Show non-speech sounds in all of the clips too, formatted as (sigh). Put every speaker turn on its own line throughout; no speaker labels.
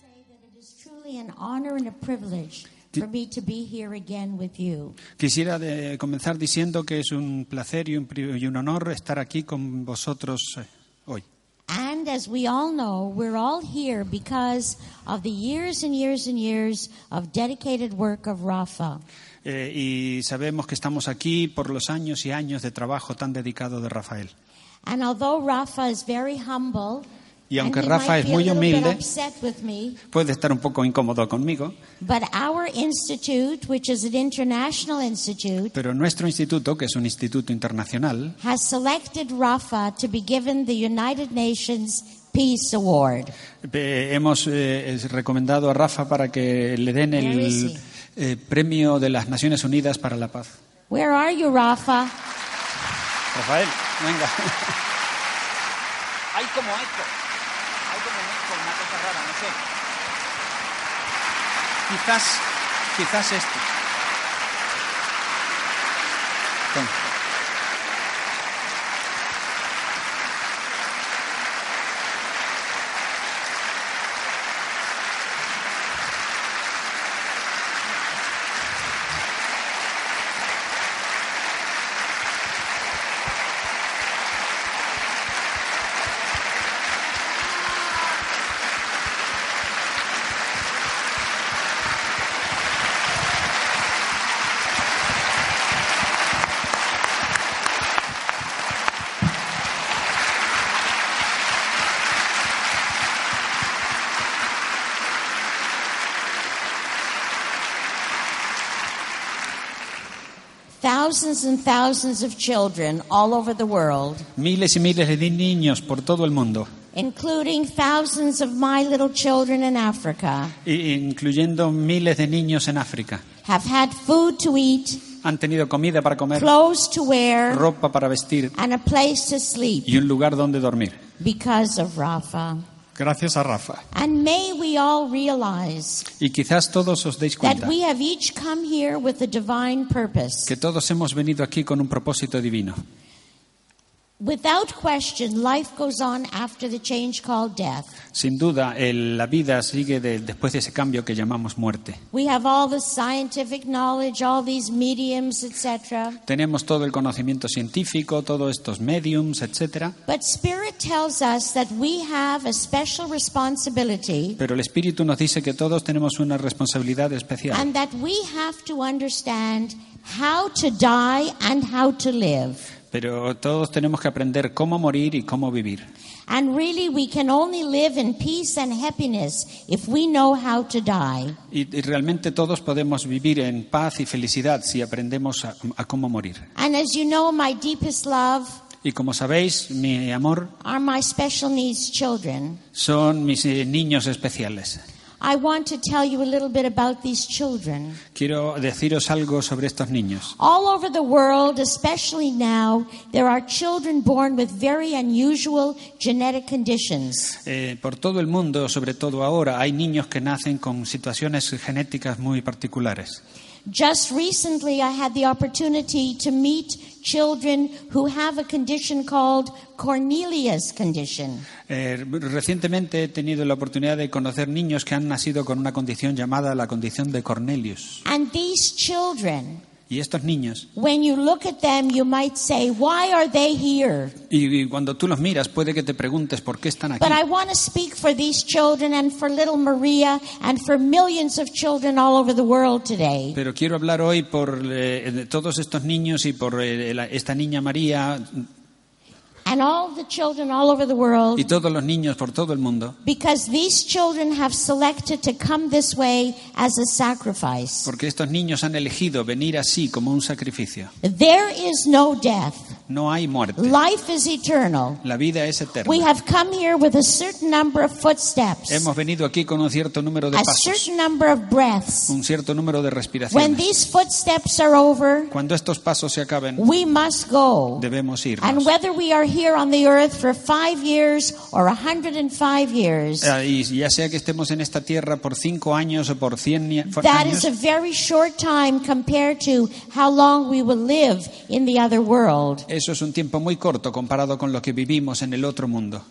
say that it is truly an honor and a privilege for me to be here again with you.
Quisiera eh, comenzar diciendo que es un placer y un, pri- y un honor estar aquí con vosotros eh, hoy.
And as we all know, we're all here because of the years and years and years of dedicated work of Rafa.
Eh, y sabemos que estamos aquí por los años y años de trabajo tan dedicado de Rafael.
And although Rafa is very humble,
Y aunque
and he
Rafa
might
es
be a
muy
little bit
humilde-
upset with me,
Puede estar un poco incómodo conmigo,
but our institute, which is an international institute,
pero nuestro instituto, que es un instituto internacional,
has selected Rafa to be given the United Nations Peace Award.
eh, hemos eh, es- recomendado a Rafa para que le den
Where is
el
he?
eh, premio de las Naciones Unidas para la Paz.
Where are you, Rafa?
Rafael, venga.
Hay como eco. Hay como un eco, una cosa rara, no sé.
Quizás, quizás esto. Toma.
Thousands and thousands of children all over the world,
Miles y miles de niños por todo el mundo,
including thousands of my little children in Africa,
i- incluyendo miles de niños en África,
have had food to eat,
han tenido comida para comer,
clothes to wear,
ropa para vestir
and a place to sleep
y un lugar donde dormir.
because of Rafa.
Gracias a Rafa.
And may we all realize
Y quizás todos os deis
that
cuenta
we have each come here with a divine purpose.
que todos hemos venido aquí con un propósito divino.
Without question, life goes on after the change called death.
Sin duda, el- la vida sigue de- después de ese cambio que llamamos muerte.
We have all the scientific knowledge, all these mediums, etc.
Tenemos todo el conocimiento científico, todos estos mediums, etcétera,
But Spirit tells us that we have a special responsibility
Pero el Espíritu nos dice que todos tenemos una responsabilidad especial
and that we have to understand how to die and how to live.
Pero todos tenemos que aprender cómo morir y cómo vivir.
And really, we can only live in peace and happiness if we know how to die.
Y, y realmente todos podemos vivir en paz y felicidad si aprendemos a, a cómo morir.
And as you know, my deepest love
Y como sabéis, mi amor
are my special needs children.
son mis eh, niños especiales.
I want to tell you a little bit about these children.
Quiero deciros algo sobre estos niños.
All over the world, especially now, there are children born with very unusual genetic conditions.
Eh, por todo el mundo, sobre todo ahora, hay niños que nacen con situaciones genéticas muy particulares.
Just recently, I had the opportunity to meet children who have a condition called Cornelia's condition.
Eh, recientemente he tenido la oportunidad de conocer niños que han nacido con una condición llamada la condición de Cornelius.
And these children
Y estos niños,
When you look at them, you might say, Why are they here?
y, y cuando tú los miras, puede que te preguntes por qué están aquí.
But I want to speak for these children and for little Maria and for millions of children all over the world today.
Pero quiero hablar hoy por eh, de todos estos niños y por eh, la- esta niña María
and all the children all over the world
y todos los niños por todo el mundo,
because these children have selected to come this way as a sacrifice.
porque estos niños han elegido venir así como un sacrificio.
There is no death.
No hay muerte.
Life is eternal.
La vida es
We
eterna.
have come here with a certain number of footsteps, a
Hemos venido aquí con un cierto número de pasos,
certain number of breaths.
un cierto número de
When
respiraciones.
these footsteps are over,
Cuando estos pasos se acaben,
we must go.
debemos
And
irnos.
whether we are here on the earth for five years or a 105 years,
Eh, Y ya sea que estemos en esta tierra por cinco años o por cien ni-
That is a
años,
very short time compared to how long we will live in the other world.
eso es un tiempo muy corto comparado con lo que vivimos en el otro mundo.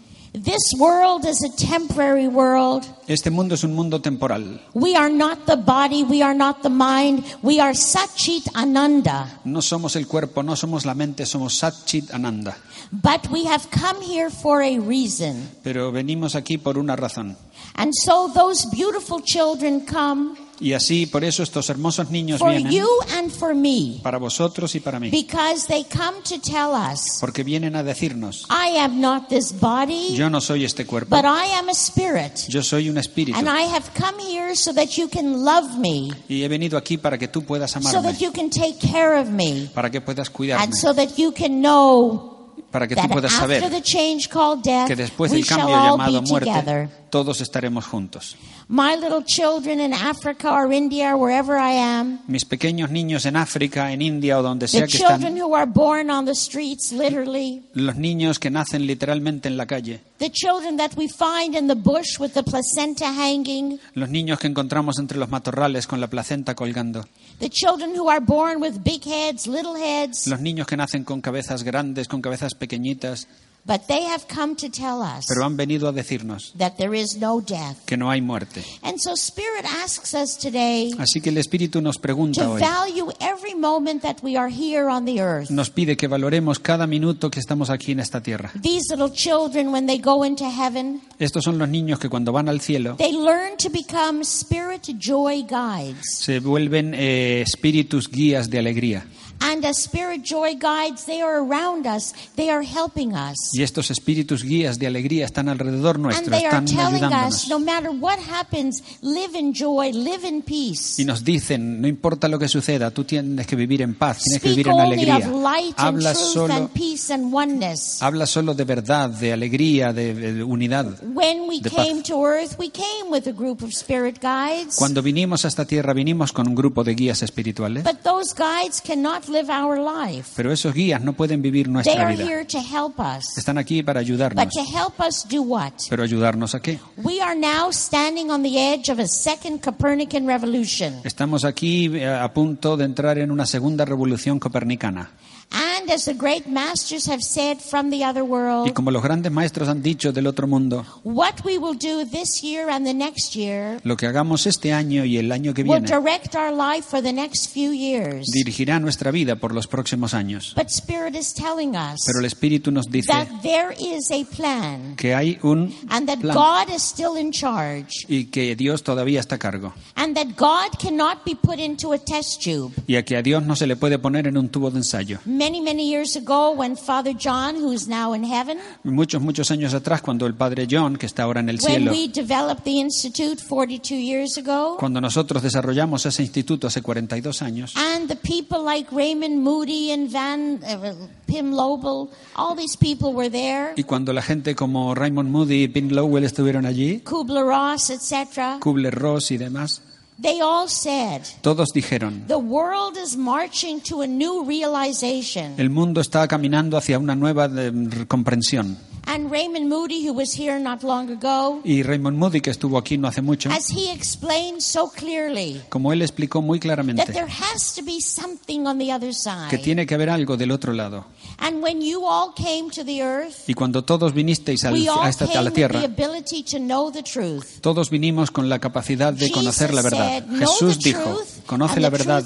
This world is a temporary world.
Este mundo es un mundo temporal.
We are not the body, we are not the mind, we are Satchit Ananda.
No somos el cuerpo, no somos la mente, somos Satchit Ananda.
But we have come here for a reason.
Pero venimos aquí por una razón.
And so those beautiful children come
Y así, por eso estos hermosos niños
for
vienen
you and for me
para vosotros y para mí.
because they come to tell us,
Porque vienen a decirnos,
I am not this body,
yo no soy este cuerpo,
but I am a spirit.
yo soy un espíritu.
And I have come here so that you can love me,
Y he venido aquí para que tú puedas
so
amarme,
that you can take care of me,
para que puedas cuidarme,
and so that you can know
para que tú
that
puedas
after
saber
the change called death,
que después
we
del
shall
cambio
all
llamado
be
muerte,
together.
todos estaremos juntos.
My little children in Africa or India or wherever I am,
Mis pequeños niños en África, en India o donde sea
the
que
children
están,
who are born on the streets, literally,
los niños que nacen literalmente en la calle,
the children that we find in the bush with the placenta hanging,
los niños que encontramos entre los matorrales con la placenta colgando,
the children who are born with big heads, little heads,
los niños que nacen con cabezas grandes, con cabezas pequeñitas,
but they have come to tell us
pero han venido a decirnos
that there is no death.
que no hay muerte.
And so Spirit asks us today
Así que el Espíritu nos pregunta
to
hoy,
value every moment that we are here on the earth.
nos pide que valoremos cada minuto que estamos aquí en esta tierra.
These little children, when they go into heaven,
Estos son los niños que cuando van al cielo
they learn to become Spirit joy guides.
se vuelven eh, espíritus guías de alegría.
And as Spirit joy guides, they are around us, they are helping us.
Y estos espíritus guías de alegría están alrededor
And
nuestro,
they are
están
telling us no
ayudándonos.
matter what happens, live in joy, live in peace.
Y nos dicen, no importa lo que suceda, tú tienes que vivir en paz, tienes que
Speak
vivir en
only of
alegría.
light and
Habla
truth
solo,
and peace and oneness.
habla solo de verdad, de alegría, de, de unidad.
When we
de paz.
came to earth, we came with a group of spirit guides.
Cuando vinimos a esta tierra, vinimos con un grupo de guías espirituales,
But those guides cannot live our life.
pero esos guías no pueden vivir
They
nuestra
are
vida.
here to help us.
Están aquí para ayudarnos.
But to help us do what?
Pero ayudarnos a qué?
We are now standing on the edge of a second Copernican revolution.
Estamos aquí eh, a punto de entrar en una segunda revolución copernicana.
And as the great masters have said from the other
Y
world,
como los grandes maestros han dicho del otro mundo,
what we will do this year and the next year
lo que hagamos este año y el año que
will
viene
direct our life for the next few years.
dirigirá nuestra vida por los próximos años.
But Spirit is telling us
Pero el Espíritu nos dice
that there is a plan
que hay un
and that
plan
God is still in charge
y que Dios todavía está a cargo.
and that God cannot be put into a test tube.
Y a que a Dios no se le puede poner en un tubo de ensayo.
Many, many years ago, when Father John, who is now in heaven,
Muchos, muchos años atrás, cuando el Padre John, que está ahora en el
when
cielo,
we developed the Institute 42 years ago,
cuando nosotros desarrollamos ese instituto hace 42 años,
and the people like Raymond Moody and Van uh, Pim Lobel, all these people were there,
y cuando la gente como Raymond Moody y Pin Lowell estuvieron allí,
Kubler Ross, etc.,
Kubler-Ross y demás,
they all said,
todos dijeron,
The world is marching to a new realization,
el mundo está caminando hacia una nueva de- eh, comprensión
And Raymond Moody, who was here not long ago,
Y Raymond Moody, que estuvo aquí no hace mucho,
as he explained so clearly
como él explicó muy
that there
claramente,
has to be something on the other
que
side.
tiene que haber algo del otro lado.
And when you all came to the earth,
Y cuando todos vinisteis al-
we
a,
all
esta, a
came
la
with the
tierra,
ability to know the truth.
todos vinimos con la capacidad de conocer la verdad. Jesús dijo, conoce la verdad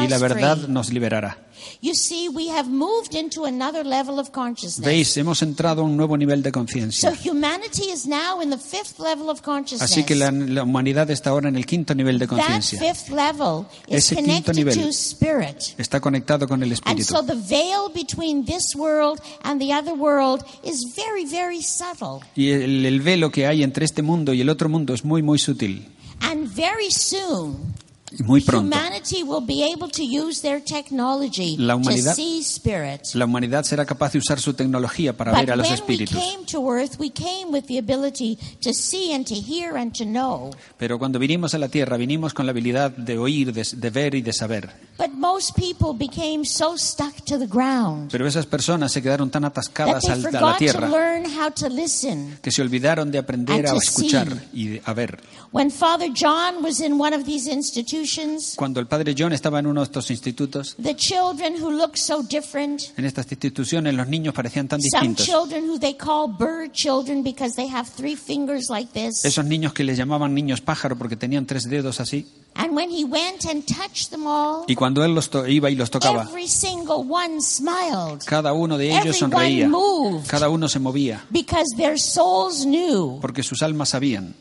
y la verdad nos liberará.
You see, we have moved into another level of consciousness.
Veis, hemos entrado a un nuevo nivel de
So
conciencia.
humanity is now in the fifth level of consciousness.
Así que la, la humanidad está ahora en el quinto nivel de
that
conciencia.
fifth level is
Ese quinto
connected
nivel.
to spirit.
Está conectado con el
And
espíritu.
so the veil between this world and the other world is very, very subtle.
Y el, el velo que hay entre este mundo y el otro mundo es muy, muy sutil.
And very soon,
Y muy pronto.
humanity will be able to use their technology
La
to
humanidad-
see spirit.
La humanidad será capaz de usar su tecnología para
But
ver a los
when we
espíritus.
came to earth, we came with the ability to see and to hear and to know.
Pero cuando vinimos a la tierra, vinimos con la habilidad de oír, de, de ver y de saber.
But most people became so stuck to the ground
Pero esas personas se quedaron tan
that
atascadas
they
al- a la
forgot to
tierra
learn how to listen.
que se olvidaron de aprender a
and to
escuchar
see.
y de- a ver.
When Father John was in one of these institutions,
Cuando el padre John estaba en uno de estos institutos,
the children who looked so different,
en estas instituciones los niños parecían tan
some
distintos.
children who they call bird children because they have three fingers like this.
Esos niños que les llamaban niños pájaro porque tenían tres dedos así.
And when he went and touched them all,
Y cuando él los to- iba y los tocaba,
every single one smiled
cada uno de ellos
Everyone
sonreía.
moved.
Cada uno se movía
because their souls knew
porque sus almas sabían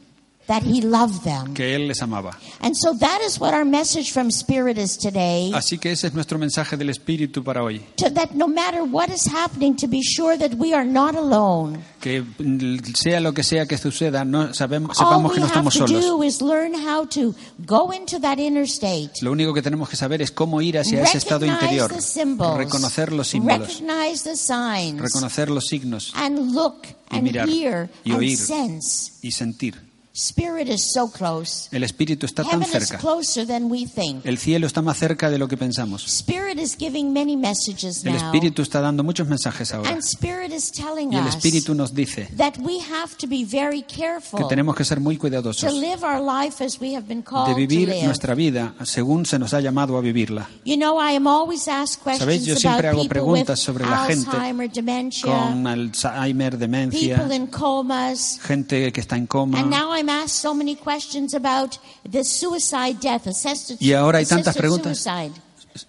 that he loved them.
que él les amaba.
And so that is what our message from Spirit is today.
Así que ese es nuestro mensaje del Espíritu para hoy.
To, that no matter what is happening, to be sure that we are not alone.
Que mm, sea lo que sea que suceda, no sabemos,
All
sepamos
we
que no
have
estamos
to
solos.
do is learn how to go into that inner state,
Lo único que tenemos que saber es cómo ir hacia ese estado
recognize
interior,
the symbols,
reconocer los símbolos,
recognize the signs,
reconocer los signos
and look
Y
and
mirar,
hear
y
and
oír.
sense.
y sentir.
Spirit is so close.
El Espíritu está tan
Heaven is
cerca.
closer than we think.
El cielo está más cerca de lo que pensamos.
Spirit is giving many messages
El
now,
Espíritu está dando muchos mensajes ahora.
and Spirit is telling
Y el
us
Espíritu nos dice
that we have to be very careful
que tenemos que ser muy
to
cuidadosos
live our life as we have been
de
called
vivir
to live.
nuestra vida según se nos ha llamado a vivirla.
You know, I am always asked questions
Sabéis, yo siempre
about
hago
people
preguntas
with
sobre la gente
Alzheimer, dementia,
Con Alzheimer, demencia,
people in comas.
gente que está en
And
coma. Ah,
now I'm asked so many questions about the suicide death, assisted,
Y ahora hay tantas
assisted
preguntas.
suicide.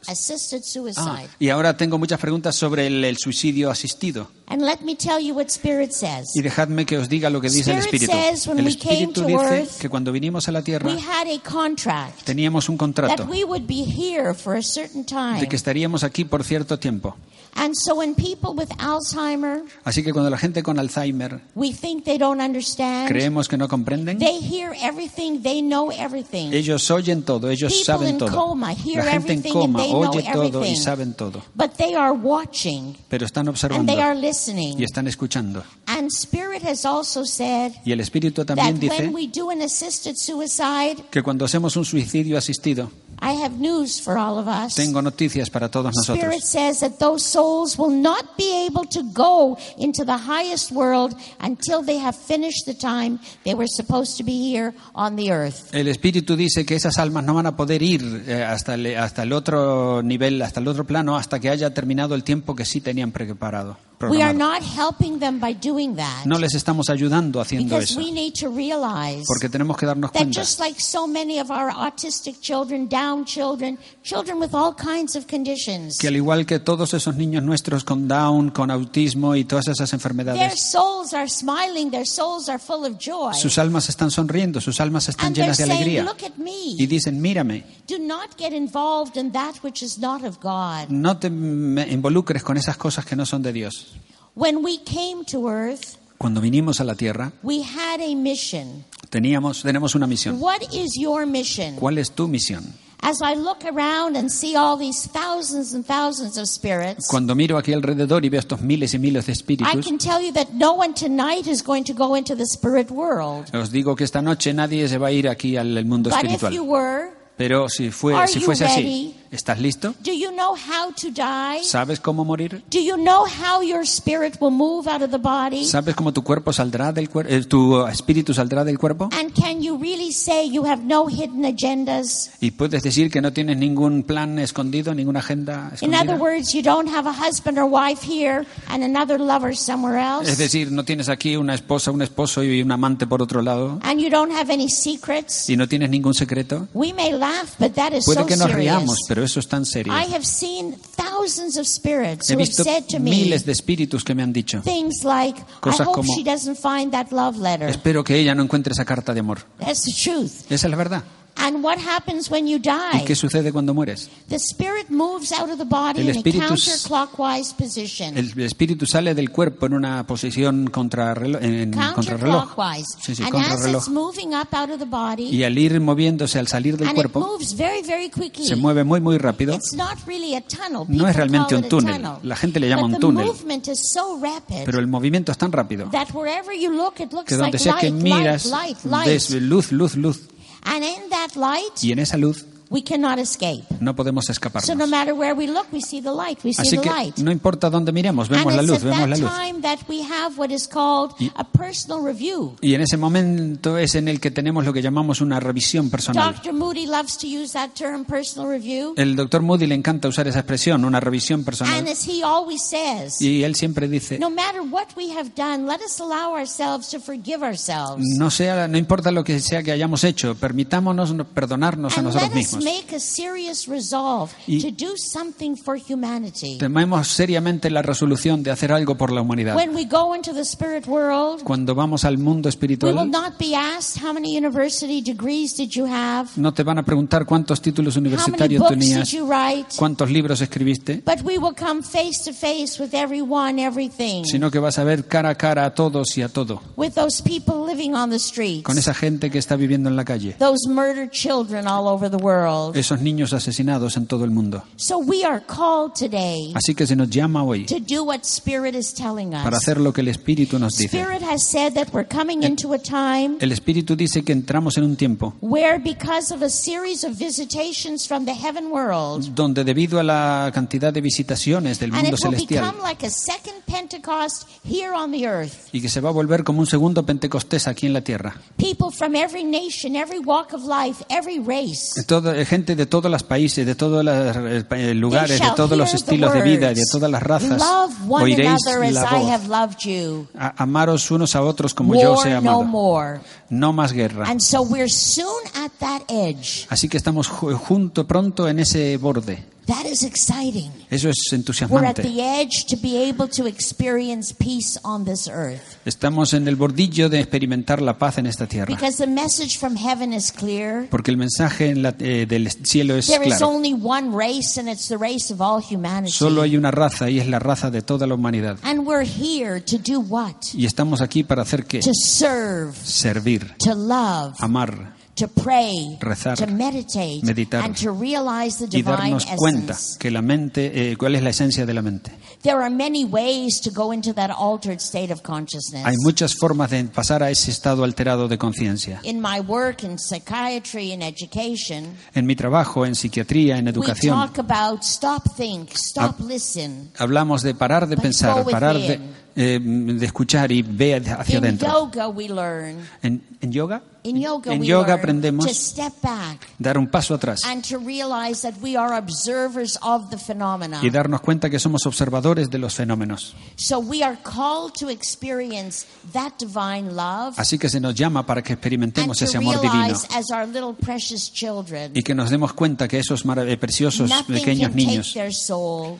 Assisted
Ah,
suicide.
y ahora tengo muchas preguntas sobre el, el suicidio asistido.
And let me tell you what Spirit says.
Y dejadme que os diga lo que dice el
Spirit
Espíritu.
says when
El
we
Espíritu
came to
dice
earth,
que cuando vinimos a la tierra
We had a contract
teníamos un
that
contrato
we would be here for a certain time.
de que estaríamos aquí por cierto tiempo.
And so when people with Alzheimer,
Así que cuando la gente con Alzheimer
we think they don't understand.
creemos que no comprenden,
They hear everything, they know everything.
ellos oyen todo, ellos
People
saben
in
todo.
coma hear
La gente en
everything
coma
and they know
oye todo y
everything.
saben todo,
But they are watching
pero están
and
observando
they are listening.
y están escuchando.
And Spirit has also said
Y el Espíritu
that
también dice
when we do an assisted suicide,
que cuando hacemos un suicidio asistido,
I have news for all of us.
tengo noticias para todos
Spirit
nosotros.
says that those souls will not be able to go into the highest world until they have finished the time they were supposed to be here on the earth.
El Espíritu dice que esas almas no van a poder ir eh, hasta el, hasta el otro nivel, hasta el otro plano, hasta que haya terminado el tiempo que sí tenían preparado.
We are
programado.
not helping them by doing that
No les estamos ayudando haciendo
because
eso,
we need to realize
porque tenemos que darnos
that
cuenta
just like so many of our autistic children, down children, children with all kinds of conditions,
que al igual que todos esos niños nuestros con Down, con autismo y todas esas
their
enfermedades,
souls are smiling, their souls are full of joy.
sus almas están sonriendo, sus almas están
And they're
llenas de
saying,
alegría
look at
y
me.
dicen, mírame,
Do not get involved in that which is not of God.
no te me- involucres con esas cosas que no son de Dios.
When we came to earth,
Cuando vinimos a la tierra,
we had a mission.
teníamos, tenemos una misión.
What is your mission?
¿Cuál es tu misión?
As I look around and see all these thousands and thousands of spirits,
Cuando miro aquí alrededor y veo estos miles y miles de
I
espíritus,
can tell you that no one tonight is going to go into the spirit world.
os digo que esta noche nadie se va a ir aquí al al mundo
But if
espiritual.
you were,
Pero si, fue,
Are
si
you
fuese así,
ready?
¿Estás listo?
Do you know how to die?
¿Sabes cómo morir?
Do you know how your spirit will move out of the body?
¿Sabes cómo tu cuerpo saldrá del cuerpo? ¿Tu espíritu saldrá del cuerpo?
And can you really say you have no hidden agendas?
Y puedes decir que no tienes ningún plan escondido, ninguna agenda
In other
escondida.
words, you don't have a husband or wife here and another lover somewhere
Es
else.
decir, no tienes aquí una esposa, un esposo y un amante por otro lado.
And you don't have any secrets.
Y no tienes ningún secreto.
We may laugh, but that is
Puede
so
que nos
serious.
riamos, pero eso es tan serio.
I have seen thousands of spirits
He
who have
visto
said to me
miles de espíritus que me han dicho.
things like, I
Cosas
hope
como-
she doesn't find that love letter.
Espero que ella no encuentre esa carta de amor.
That's the truth.
Esa es la verdad.
And what happens when you
¿Y
die?
qué sucede cuando mueres?
The spirit moves out of the body in
El
a
espíritu s-
counterclockwise position.
El espíritu sale del cuerpo en una posición contra en contrarreloj.
counterclockwise.
Sí, sí,
and as it's
contrarreloj.
moving up out of the body,
Y al ir moviéndose, al salir del
and it
cuerpo,
moves very, very quickly.
se mueve muy, muy rápido.
It's not really a tunnel.
No
People
es realmente
call it
un
a
túnel.
tunnel.
La gente le llama
But
un
the
túnel.
movement is so rapid
Pero el movimiento es tan rápido
that wherever you look, it looks
que
like
donde sea que
light,
miras,
light, light,
ves
light.
luz, luz, luz.
And in that light,
Y en esa luz
we cannot escape.
no podemos
So no
escaparnos.
matter where we look, we see the light. We see
Así
the
que
light.
no importa dónde miremos, vemos
and
la
it's
luz,
at
vemos
that
la luz.
time that we have what is called
Y-
a personal review.
Y en ese momento es en el que tenemos lo que llamamos una revisión personal.
Dr. Moody loves to use that term, personal review.
El doctor Moody le encanta usar esa expresión, una revisión
And
personal.
as he always says,
Y él siempre dice,
no matter what we have done, let us allow ourselves to forgive ourselves.
no, sea, no importa lo que sea que hayamos hecho, permitámonos no- perdonarnos a
and let
nosotros
us
mismos.
make a serious resolve
Y-
to do something for humanity.
Tememos seriamente la resolución de hacer algo por la humanidad.
When we go into the spirit world,
Cuando vamos al
we
mundo
will
espiritual,
not be asked how many university degrees did you have,
no te van a preguntar cuántos títulos
how many
universitarios
books did
tenías,
you write,
cuántos libros escribiste,
but we will come face to face with everyone, everything,
sino que vas a ver cara a cara a todos y a todo,
with those people living on the streets,
con esa gente que está viviendo en la calle,
those murdered children all over the world.
esos niños asesinados en todo el mundo.
So we are called today
Así que se nos llama hoy
to do what Spirit is telling
para
us.
hacer lo que el Espíritu nos dice.
Spirit has said that we're coming into a time
El Espíritu dice que entramos en un tiempo
where, because of a series of visitations from the heaven world,
donde debido a la cantidad de visitaciones del
and
mundo
it will
celestial
become like a second Pentecost here on the earth.
y que se va a volver como un segundo Pentecostés aquí en la tierra.
People from every nation, every walk of life, every race.
Todo, eh, gente de todos los países, de todos los eh, pa- eh,
they
lugares, de
shall
todos los
hear the
estilos de vida y de
words,
todas las razas,
Love one
oiréis
another as
la
I have
voz.
loved you.
A- amaros unos a otros como yo os he
War no
amado.
more.
No más guerra.
And so we're soon at that edge.
Así que estamos ju- junto pronto en ese borde.
That is exciting.
Eso
We're at
es
the
entusiasmante.
edge to be able to experience peace on this earth.
Estamos en el bordillo de experimentar la paz en esta tierra.
Because the message from heaven is clear.
Porque el mensaje en la- eh, del cielo es
There is
claro.
only one race, and it's the race of all humanity.
Solo hay una raza y es la raza de toda la humanidad.
And we're here to do what?
Y estamos aquí para hacer qué?
To serve,
Servir,
to love,
amar,
to pray,
rezar,
to meditate,
meditar,
and to realize the
y
divine
darnos cuenta
essence.
que la mente, eh, cuál es la esencia de la mente.
There are many ways to go into that altered state of consciousness.
Hay muchas formas de pasar a ese estado alterado de conciencia.
in my work in psychiatry and education,
En mi trabajo, en psiquiatría, en
we
educación, Ah,
talk about stop, think, stop, listen.
hablamos de parar de
Let's
pensar,
go
parar de,
within.
eh, de escuchar y ve hacia
In
adentro.
yoga, we learn.
En, en yoga,
In yoga,
en
we
yoga
learn to
aprendemos
step back
dar un paso atrás
and to realize that we are observers of the phenomena.
y darnos cuenta que somos observadores de los fenómenos.
So we are called to experience that divine love
Así que se nos llama para que
and
experimentemos ese
to
amor divino
realize as our little precious children,
y que nos demos cuenta que esos marav- eh, preciosos
nothing
pequeños
can take
niños, Eh,
their soul.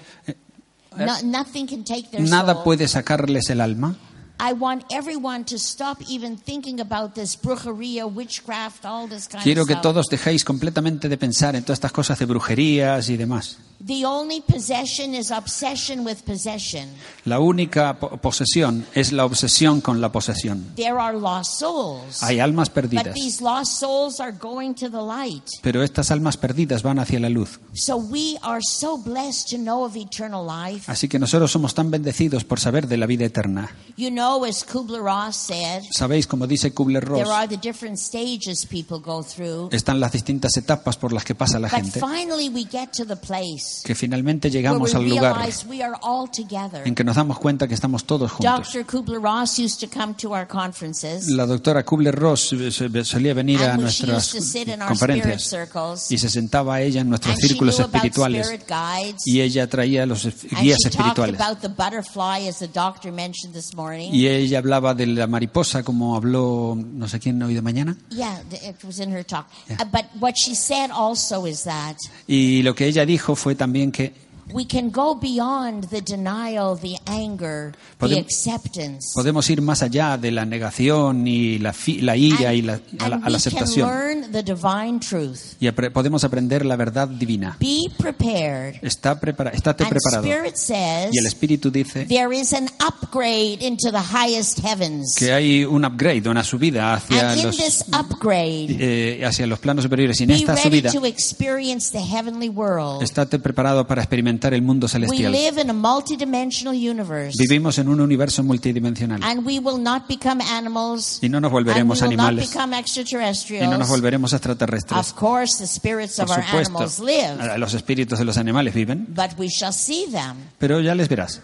No- nothing can take their
nada
soul.
puede sacarles el alma.
I want everyone to stop even thinking about this brujeria, witchcraft, all this kind
Quiero
of
que
stuff.
todos dejéis completamente de pensar en todas estas cosas de brujerías y demás.
The only possession is obsession with possession.
La única po- posesión es la obsesión con la posesión.
There are lost souls.
Hay almas
But
perdidas,
these lost souls are going to the light.
pero estas almas perdidas van hacia la luz.
So we are so blessed to know of eternal life.
Así que nosotros somos tan bendecidos por saber de la vida eterna.
You know, as Kubler Ross said,
Sabéis, como dice
there are
Kubler-Ross,
the different stages people go through.
están las distintas etapas por las que pasa la
But
gente,
finally, we get to the place
que finalmente
where we
llegamos al lugar
realize we are all together.
en que nos damos cuenta que estamos todos juntos.
Dr. Kubler Ross used to come to our conferences.
La doctora Kubler-Ross eh, se- solía venir a
And when she
nuestras
used to sit in our
conferencias
spirit circles,
y se sentaba ella en nuestros
And she knew
círculos
about
espirituales
spirit guides.
y ella traía los es-
And
guías
she talked
espirituales.
about the butterfly, as the doctor mentioned this morning.
Y ella hablaba de la mariposa como habló no sé quién hoy de mañana.
Yeah, th- it was in her talk.
Yeah.
Uh, But what she said also is that
Y lo que ella dijo fue también que
we can go beyond the denial, the anger, the
Podem-
acceptance.
podemos ir más allá de la negación y la, fi- la ira
and,
y la, a la,
and
a la
we can
aceptación.
learn the divine truth.
Y apre- podemos aprender la verdad divina.
Be prepared.
Está prepara estate
And
preparado.
Spirit says
Y el Espíritu dice
there is an upgrade into the highest heavens.
que hay un upgrade, una subida hacia
And in
los,
this upgrade,
eh, hacia los planos superiores. Y en
be
esta
ready
subida,
to experience the heavenly world.
estate preparado para experimentar el mundo
We
celestial.
live in a multidimensional universe.
Vivimos en un universo multidimensional.
And we will not become animals.
Y no nos volveremos
and we will Not
animales.
become
Y
extraterrestrials.
no nos volveremos extraterrestres.
Of course, the spirits
Por
of our animals
supuesto,
live,
a- los espíritus de los animales viven,
but we shall see them.
pero ya les verás.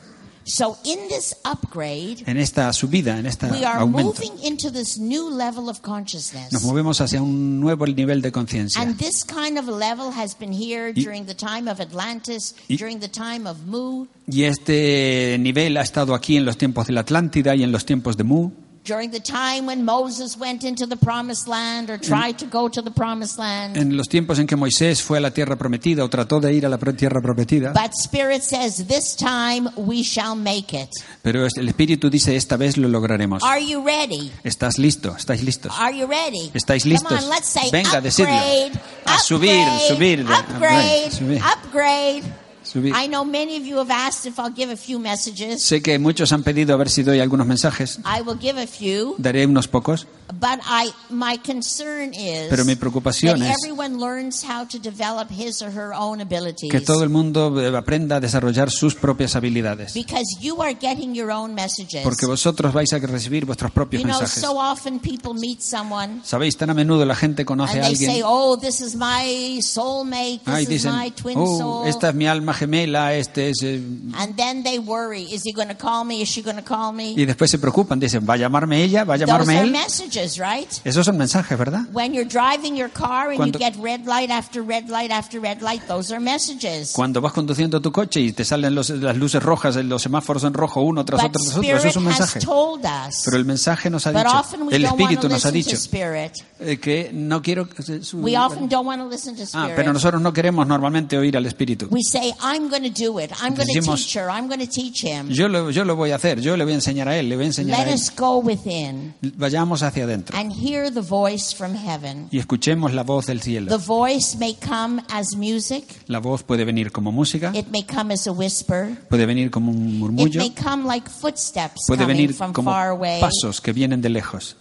So, in this upgrade,
En esta subida, en este
we are
aumento,
moving into this new level of consciousness.
nos movemos hacia un nuevo nivel de conciencia.
And this kind of level has been here
Y-
during the time of Atlantis,
Y-
during the time of Mu,
Y este nivel ha estado aquí en los tiempos de la Atlántida y en los tiempos de Mu,
during the time when Moses went into the promised land or tried to go to the promised land.
en los tiempos en que Moisés fue a la tierra prometida o trató de ir a la pro- tierra prometida.
But Spirit says, this time we shall make it.
Pero es- el Espíritu dice, esta vez lo lograremos.
Are you ready?
¿Estás listo? ¿Estáis listos?
Are you ready?
¿Estáis
Come
listos?
on, let's say
Venga, decidlo.
upgrade,
A subir,
upgrade,
subir,
upgrade,
subir.
upgrade.
Subid.
I know many of you have asked if I'll give a few messages.
Sé que muchos han pedido a ver si doy algunos mensajes.
I will give a few,
Daré unos pocos.
but I my concern is
Pero mi preocupación
that
es
everyone learns how to develop his or her own abilities.
que todo el mundo eh, aprenda a desarrollar sus propias habilidades.
Because you are getting your own messages.
Porque vosotros vais a recibir vuestros propios
you know,
mensajes.
so often people meet someone
Sabéis, tan a menudo la gente conoce
And
a
they say,
alguien
oh, this is my soulmate, this
ah, y
is
dicen,
my twin
oh,
soul.
esta es mi alma gemela, este es... eh",
And then they worry, is he going to call me? Is she going to call me?
Y después se preocupan, dicen, ¿va a llamarme ella? ¿Va a
Those
llamarme
are
él?
messages, right?
Esos son mensajes, ¿verdad?
When you're driving your car and you
Cuando-
get red light after red light after red light, those are messages.
Cuando vas conduciendo tu coche y te salen los- las luces rojas, eh, los semáforos en rojo uno tras
But
otro, tras otro, eso
Spirit
es un
has
mensaje.
told us.
Pero el mensaje nos ha
But often
dicho,
we
el
don't want to
Espíritu nos ha
listen
dicho
to Spirit.
eh, que no quiero... que se- su-
We often don't want to listen to
Ah, pero
Spirit.
nosotros no queremos normalmente oír al Espíritu.
We say, I'm going to do it. I'm going to
Decimos-
teach her. I'm going to teach him.
Yo lo, yo lo voy a hacer, yo le voy a enseñar a él, le voy a enseñar
Let
a él.
us go within
Vayamos hacia adentro
and hear the voice from heaven.
y escuchemos la voz del
The
cielo.
voice may come as music.
La voz puede venir como música,
It may come as a whisper.
puede venir como un
It
murmullo,
may come like footsteps
puede
coming
venir
from
como
far away.
pasos que vienen de lejos.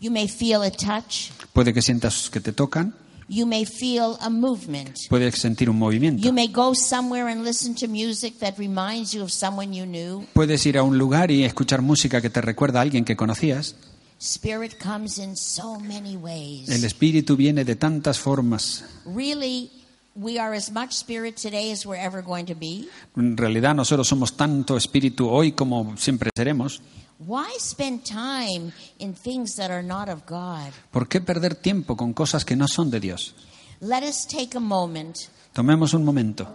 You may feel a touch.
Puede que sientas que te tocan,
You may feel a movement.
puedes sentir un
You
movimiento.
may go somewhere and listen to music that reminds you of someone you knew.
Puedes ir a un lugar y escuchar música que te recuerda a alguien que conocías.
Spirit comes in so many ways.
El espíritu viene de tantas formas.
Really, we are as much spirit today as we're ever going to be.
En realidad nosotros somos tanto espíritu hoy como siempre seremos.
Why spend time in things that are not of God?
¿Por qué perder tiempo con cosas que no son de Dios?
Let us take a moment
Tomemos un momento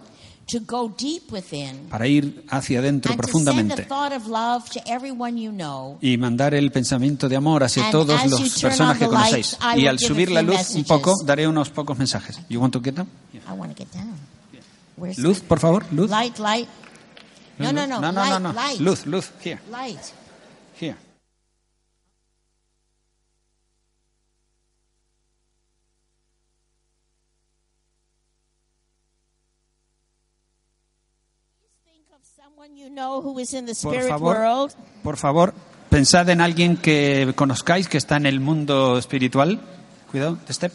to go deep within
para ir hacia adentro
and to send a
profundamente
thought of love to everyone you know.
y mandar el pensamiento de amor hacia
And
todas
as you
las
turn
personas
on
que
the light,
conocéis.
I
Y
will
al
give a
subir la
few
luz un
messages.
poco, daré unos pocos mensajes. You want to get them?
I want to get down. Where's
Luz, por favor, luz.
light? Light. No, no, no.
no,
light,
no, no.
Light.
Luz, luz, here,
Light.
here.
Someone you know who is in the
Por
spirit
favor,
world.
por favor, pensad en alguien que conozcáis que está en el mundo espiritual. Cuidado, step.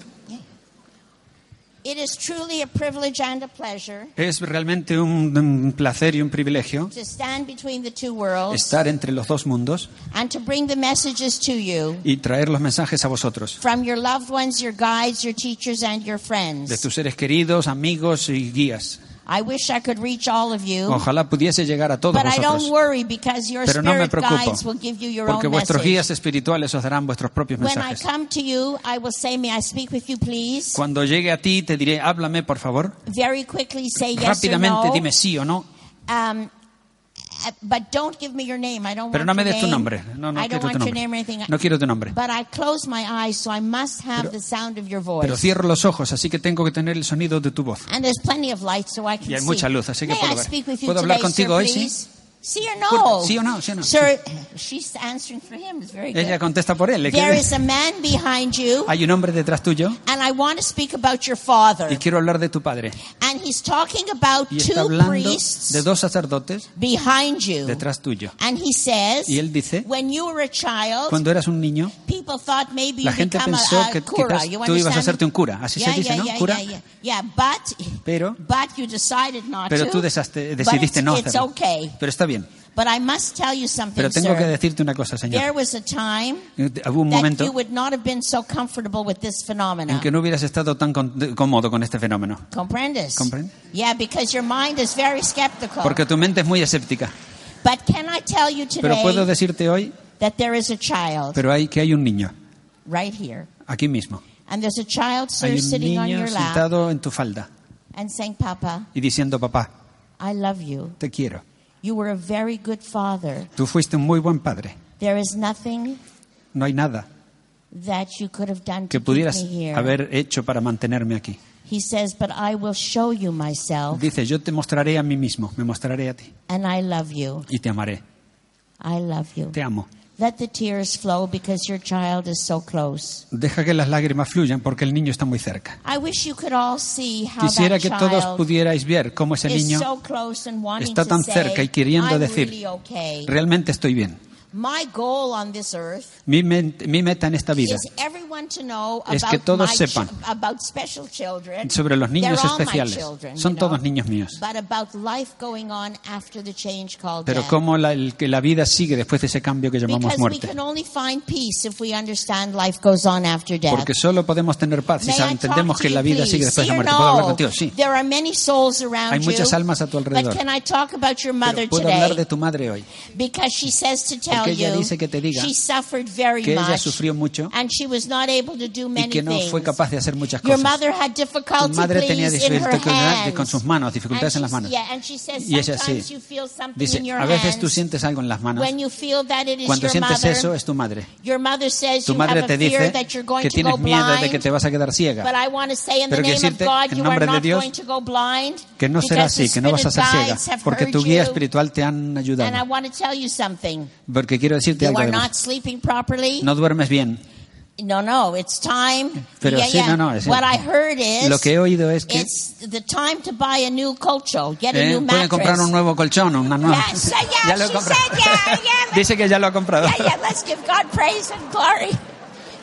It is truly a privilege and a pleasure
Es realmente un, un placer y un privilegio
to stand between the two worlds
estar entre los dos mundos
and to bring the messages to you
y traer los mensajes a vosotros,
from your loved ones, your guides, your teachers, and your
de
friends.
tus seres queridos, amigos y guías.
I wish I could reach all of you,
Ojalá pudiese llegar a todos
but I don't
vosotros,
worry because your
pero no me
spirit
preocupo,
guides will give you your
porque
own
vuestros
message.
guías espirituales os darán vuestros propios
When I
mensajes.
come to you, I will say, May I speak with you, please?
Cuando llegue a ti te diré, háblame por favor,
Very quickly say yes or
rápidamente
no.
dime sí o no,
Um, uh, but don't give me your name. I don't
pero no
want
me
your
des tu
name.
nombre, no, no
I don't
quiero tu
want your name or anything.
nombre, no quiero tu nombre,
But I close my eyes, so I must have the sound of your voice.
pero cierro los ojos, así que tengo que tener el sonido de tu voz.
And there's plenty of light, so I can
Y hay
see.
mucha luz, así que
May
puedo
I
ver.
speak with you
¿Puedo hablar
today,
contigo
sir,
hoy, sí?
please? Sí or no?
Sí o no, sí o no.
Sir, she's answering for him. It's very
Ella
good.
contesta por él, ¿le
There
quieres?
is a man behind you,
hay un hombre detrás tuyo
and I want to speak about your father.
y quiero hablar de tu padre.
And he's talking about
Y está
two
hablando
priests
de dos sacerdotes
behind you.
detrás tuyo.
And he says,
Y él dice,
when you were a child,
Cuando eras un niño,
people thought maybe
la
you'd
gente
become a-
pensó
a
que
cura.
quizás
You
tú ibas a
understand?
hacerte un cura. Así se
Yeah,
dice,
yeah,
¿no?
yeah,
Cura.
yeah, yeah. Yeah, but,
Pero-
but you decided not
Pero
to.
tú desaste-
But
decidiste
it's-
no
It's
hacerlo.
okay.
Pero está bien.
But I must tell you something,
Pero tengo
sir.
que decirte una cosa, Señor.
There was a time
Hubo un
that you
Eh, momento
would not have been so comfortable with this
en
phenomenon.
que no hubieras estado tan con- cómodo con este fenómeno.
Comprendes?
Comprende?
Yeah, because your mind is very skeptical.
Porque tu mente es muy escéptica.
But can I tell you
Pero
today
puedo decirte hoy
that there is a child
pero hay, que hay un niño
right here,
aquí mismo.
and there's a child, sir,
Hay un
sitting on
niño
your lap
sentado en tu falda
and saying, "Papa,
y diciendo, papá,
I love you.
te quiero.
You were a very good father.
Tú fuiste un muy buen padre.
There is nothing
No hay nada
that you could have done to
que
keep
pudieras
me here."
haber hecho para mantenerme aquí.
He says, "But I will show you myself,
Dice, yo te mostraré a mí mismo, me mostraré a ti
and I love you.
y te amaré.
I love you."
Te amo.
Let the tears flow because your child is so close.
Deja que las lágrimas fluyan porque el niño está muy cerca.
I wish you could all see how
Quisiera
that
que todos
child
pudierais ver cómo ese
is
niño
so close and wanting
está
to
tan
say,
cerca y queriendo
"I'm
decir,
really okay."
realmente estoy bien.
My goal on this earth
Mi, men- mi meta en esta vida
is everyone to know
Es que
about
todos
my
sepan
ch- about special children.
sobre los niños
They're all my
especiales
children,
son
you know.
todos niños míos.
But about life going on after the change called
Pero
death.
cómo la, el- que la vida sigue después de ese cambio que llamamos
Because we
muerte.
can only find peace if we understand life goes on after death.
Porque solo podemos tener paz si
May I
sabe-
talk
entendemos
to
que
you,
la vida
please?
sigue después
Sí
de la
or
muerte. ¿Puedo hablar
no?
contigo? Sí.
There are many souls around
Hay muchas
you,
almas a tu alrededor.
But can I talk about your mother
Pero puedo
today?
hablar de tu madre hoy.
Because she says to tell
Porque ella
you,
dice que te diga
she suffered very
que ella
much,
sufrió mucho
and she was not able to do
Y
many
que no
things.
fue capaz de hacer muchas
Your
cosas.
mother had
Tu
difficulty,
madre tenía
please, in her
dificultades
hands.
con sus manos, dificultades
And
en las
she-
manos.
yeah, and she says,
Y ella sí.
sometimes you feel something in
Dice,
your
a veces tú
hands.
sientes algo en las manos.
When you feel that it is
Cuando
your
sientes
mother,
eso, es tu madre.
your mother says
Tu
you
madre
have
te
a fear
dice
that you're going
que
to go
tienes miedo de que
blind.
te vas a quedar
But
ciega.
I want to say in the
Pero quiero
name of
decirte,
God,
en
you are
nombre de
not
Dios,
going to go blind.
Que no será
because the
así, que no vas a ser
spirit
ciega,
guides have
porque tu
heard
guía
you.
espiritual te han
And I
ayudado.
want to tell you something.
Porque quiero decirte
You
algo.
are
además.
not sleeping properly.
No duermes bien.
No, no, it's time.
Pero
yeah,
sí,
yeah.
no, no, es-
What I heard is
Lo que he oído es que
it's the time to buy a new colcho, get a
eh,
new
pueden
mattress.
comprar un nuevo colchón, una nueva.
Yeah, so yeah,
(laughs) Ya lo he
she
comprado.
said, yeah,
(laughs)
yeah.
Dice que ya lo ha comprado.
yeah, yeah, let's give God praise and glory.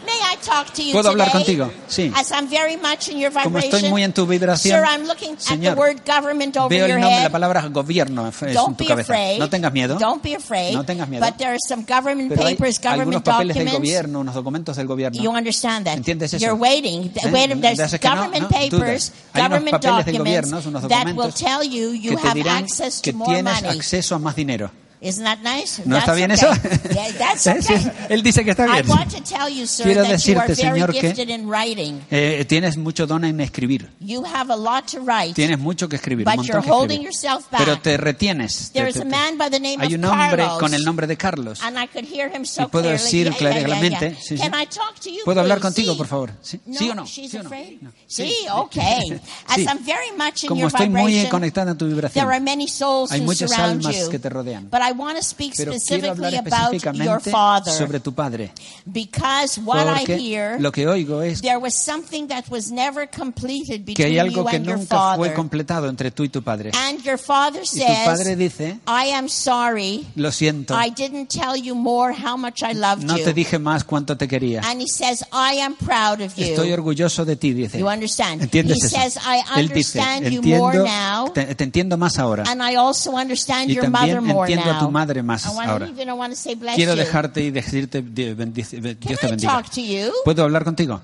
May I talk to you
¿Puedo hablar
today?
contigo? Sí.
As I'm very much in your
(laughs) Como
vibration.
estoy muy en tu vibración,
Sir, I'm looking at
Señor,
the word government over
Veo
your
el nombre, la
head.
palabra gobierno es en
Don't
tu
be
cabeza.
afraid.
No tengas miedo.
Don't be afraid.
No tengas miedo.
But there are some government
Pero hay
papers,
algunos
government
papeles del
documents.
gobierno, unos documentos del gobierno.
You understand that?
¿Entiendes eso?
You're waiting.
¿Eh?
Wait, there's
Entonces, que no,
government
no, dudas.
papers,
Hay unos
government
papeles del
documents
gobierno, unos
that will
documentos
tell you you
que te
have
dirán
access to
que
more
tienes
money.
acceso a más dinero.
Isn't that nice?
¿No
That's
está bien
okay.
eso?
Yeah, that's
¿Eh? (laughs) Sí,
okay.
Él dice que está
I
bien.
want to tell you, sir,
Quiero
that you are
decirte,
very
Señor, que-
gifted in writing.
Eh, tienes mucho don en escribir.
You have a lot to write.
Tienes mucho que escribir.
But
un montón
you're
que escribir.
holding yourself back.
Pero te retienes. te-
There is
te-
a
te-
man by the name
Hay
of
un hombre
Carlos.
con el nombre de Carlos.
And I could hear him so
Y puedo
clearly.
decir
Yeah, yeah, yeah,
claramente,
yeah.
sí, sí.
Can I talk to you,
¿Puedo hablar
please?
contigo,
Sí.
por favor? ¿Sí,
No,
¿Sí o no?
she's
¿Sí o no?
afraid.
No.
Sí, okay. As
Sí.
I'm very much in
Como
your
estoy muy
vibration,
conectada a tu vibración,
There are many souls
hay
who
muchas
surround
almas
you.
que te rodean.
But I want to speak
Pero quiero hablar
specifically about your
específicamente sobre
father
tu padre.
because what I
Porque
hear,
lo que oigo es
there was something that was never completed
que
between
hay algo
you
que
and your
nunca fue
father.
completado entre tú y tu padre.
And your father
Y tu padre
says,
dice,
I am sorry,
lo siento,
I didn't tell you more how much I loved
no
you.
te dije más cuánto te quería.
And he says, I am proud of you.
Estoy orgulloso de ti, dice.
You understand?
¿Entiendes
He
eso?
says, I
Él dice,
understand you
"Entiendo-
more now."
te, te entiendo más ahora.
And I also understand
Y
your
también
mother more
entiendo a
now.
tu madre más
I want
ahora.
to even I want to say bless
Quiero
you.
dejarte y decirte, Dios bendice-
Can
Dios te
I
bendiga.
talk to you?
¿Puedo hablar contigo?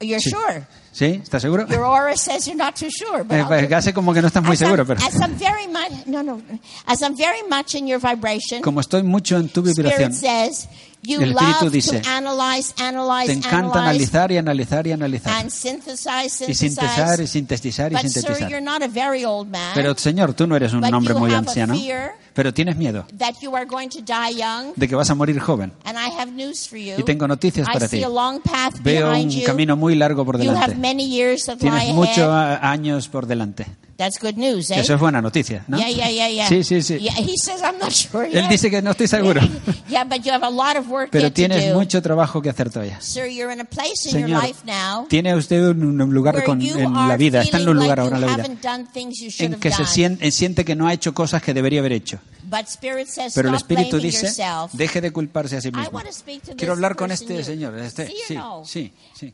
You're
Sí.
sure.
¿Sí? ¿Estás seguro? (laughs)
Your aura says you're not too sure. But
Eh,
I'll
pues,
do-
hace como que no estás muy
as, I'm-
seguro, pero
as I'm very much no no as I'm very much in your vibration,
como estoy mucho en tu vibración,
Spirit says you
El
love
Espíritu dice,
to analyze, analyze,
te encanta
analyze,
analizar y analizar y analizar.
and synthesize,
Y sintetizar
synthesize.
y sintetizar y
But sir, you're
sintetizar.
not a very old man.
Pero Señor, tú no eres un
But
hombre
you
muy
have a
anciano,
fear
pero tienes miedo
that you are going to die young.
de que vas a morir joven.
And I have news for you.
Y tengo noticias
I
para
see
ti.
a long path
Veo
behind
un
you.
camino muy largo por
you have
delante.
many years that lie
Tienes muchos
ahead.
a- años por delante.
That's good news, eh?
Eso es buena noticia, ¿no?
Yeah, yeah, yeah, yeah.
Sí, sí, sí.
Yeah, he says I'm not (laughs) sure
Él
yet.
dice que no estoy seguro,
(laughs) yeah, but you have a lot of work
(laughs) pero
yet to
tienes
do.
mucho trabajo que hacer todavía.
Sir, you're in a place in your
Señor,
life now
tiene usted un un lugar
where
con-
you
en
are
la vida, está en
feeling
un lugar
like
ahora en
you
la vida,
haven't done things you should
en
have
que se
done.
siente, siente que no ha hecho cosas que debería haber hecho.
But Spirit says
Pero el
stop
Espíritu
blaming
dice,
yourself.
deje de culparse a sí
I
mismo.
want to speak to this
Quiero hablar con
person
este
here.
señor. este-
See or
sí,
no?
sí, sí.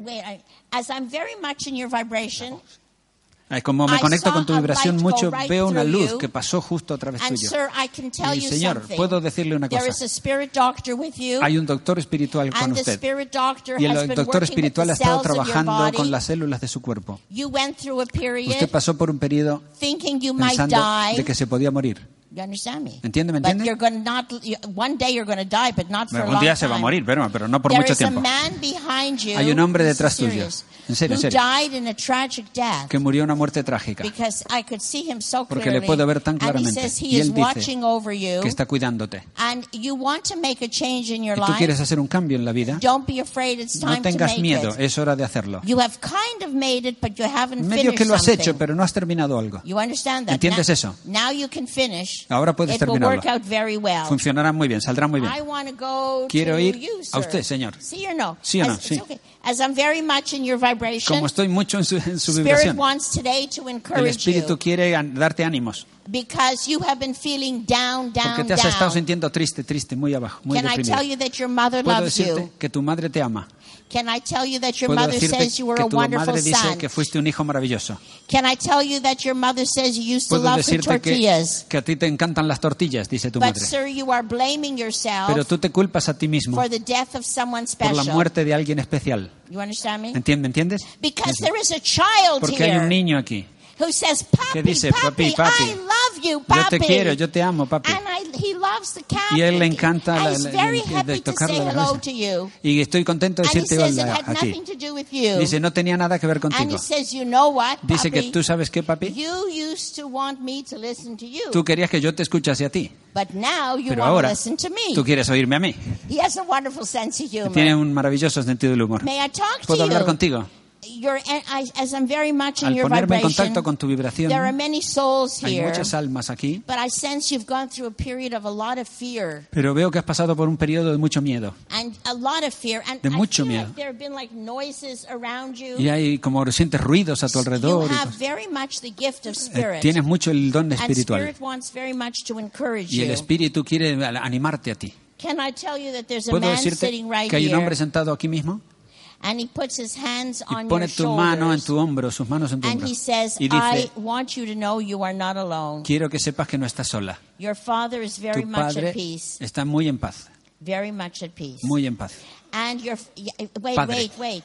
Wait, I- as I'm very much in your vibration,
Ay, Como me
I
conecto
saw
con tu
a
vibración
light go
mucho,
right
veo una
through
luz
you.
que pasó justo a través
and
tuyo.
sir, I can tell
Y
you
señor,
something.
puedo decirle una
There
cosa.
is a spirit doctor with you,
Hay un doctor espiritual con
and the
usted.
spirit doctor
Y
has
el
been
doctor
working with
espiritual ha
the
estado
cells in your
trabajando
body.
con las células de su cuerpo.
You went through a period
Usted pasó por un periodo
thinking you might
pensando
die.
de que se podía morir.
You understand me?
¿Entiende, me
But
entiende?
you're going to not. you- One day you're going to die, but not for a
Bueno,
long
un día se va a
time.
morir, pero, pero no por
There
mucho
is a
tiempo.
man behind you.
Hay un hombre
this is
detrás tuyo.
serious,
En serio, en
who
serio.
died in a tragic death.
Que murió una muerte trágica.
Because I could see him so
Porque
clearly.
le puedo ver tan
And he
claramente.
says he
Y
is
él dice
watching over you.
Que está cuidándote.
And you want to make a change in your
Y tú
life.
quieres hacer un cambio en la vida.
Don't be afraid. It's time
No
to
tengas
make
miedo,
it.
es hora de hacerlo.
You have kind of made it, but you haven't
Medio
finished
que lo has
something.
hecho, pero no has terminado algo.
You understand that?
¿Entiendes
now,
eso?
Now you can finish.
Ahora puedes
it will
terminarlo.
work out very well.
Funcionará muy bien, saldrá muy bien.
I want to go
Quiero
to
ir
you,
a
sir.
usted, señor.
Sí o no?
Sí o no,
As,
sí.
it's okay. As I'm very much in your vibration,
Como estoy mucho en su, en su
Spirit
vibración,
wants today to encourage
el Espíritu quiere an- darte ánimos.
you because you have been feeling down, down,
Porque te has
down.
estado sintiendo triste, triste, muy abajo, muy
Can I
deprimido.
tell you that your mother
Puedo
loves
decirte
you?
que tu madre te ama.
Can I tell you that your
Puedo
mother
decirte
says you were
que
a
tu madre
wonderful
dice
son?
que fuiste un hijo maravilloso.
Can I tell you that your mother says you used to
Puedo
love her
decirte que,
tortillas?
que a ti te encantan las tortillas, dice tu
But
madre.
sir, you are blaming
Pero
yourself
tú te culpas a ti mismo
for the death of someone
por la
special.
muerte de alguien especial.
You understand me?
¿Entiendes? ¿Entiendes?
Because there is a child
Porque hay un
here
niño aquí.
who says, "Papi,
que dice,
papi,
"Papi, papi,
I love you,
Yo te
papi."
quiero, yo te amo, papi.
And I, he loves the cat.
Y a él le encanta la-
And he's
la-
very
el- el
happy
de
to
tocarle
say
la
hello
cabeza.
to you.
Y estoy contento de
And he
decirte
says it
hola
had
a ti.
nothing to do with you.
Dice, no tenía nada que ver
and he
contigo.
says, you know what,
Dice
papi?
que tú sabes qué, papi.
You used to want me to listen to you,
Tú querías que yo te escuchase a ti.
but now you
Pero
want to
ahora
listen to me.
tú quieres oírme a mí.
He has a wonderful sense of humor.
Tiene un maravilloso sentido del humor.
May I talk to
Puedo hablar
you?
contigo.
You're, and I, as I'm very much in
Al
your
ponerme en
vibration,
contacto con tu vibración,
there are many souls
hay
here,
muchas almas aquí.
but I sense you've gone through a period of a lot of fear
Pero veo que has pasado por un periodo de mucho miedo.
and a lot of fear, and
De
I
mucho
feel
miedo.
like there have been like noises around you.
Y hay como sientes ruidos a tu
you
alrededor. y
have
cosas.
very much the gift of
Eh,
spirit,
Tienes mucho el don
and
espiritual.
spirit wants very much to encourage
Y el
you.
espíritu quiere al- animarte a ti.
Can I tell you that there's a
¿Puedo
man
decirte
sitting right
que hay un
here,
hombre sentado aquí mismo?
and he puts his hands
Y
on
pone
your
tu mano en
shoulders,
tu hombro, sus manos en tu
and
hombro.
he says,
Y
"I
dice,
want you to know you are not alone.
quiero que sepas que no estás sola.
Your father is very
Tu
much
padre
at peace,
está muy en paz,
very much at peace.
muy en paz.
and your yeah, wait,
Padre.
wait, wait,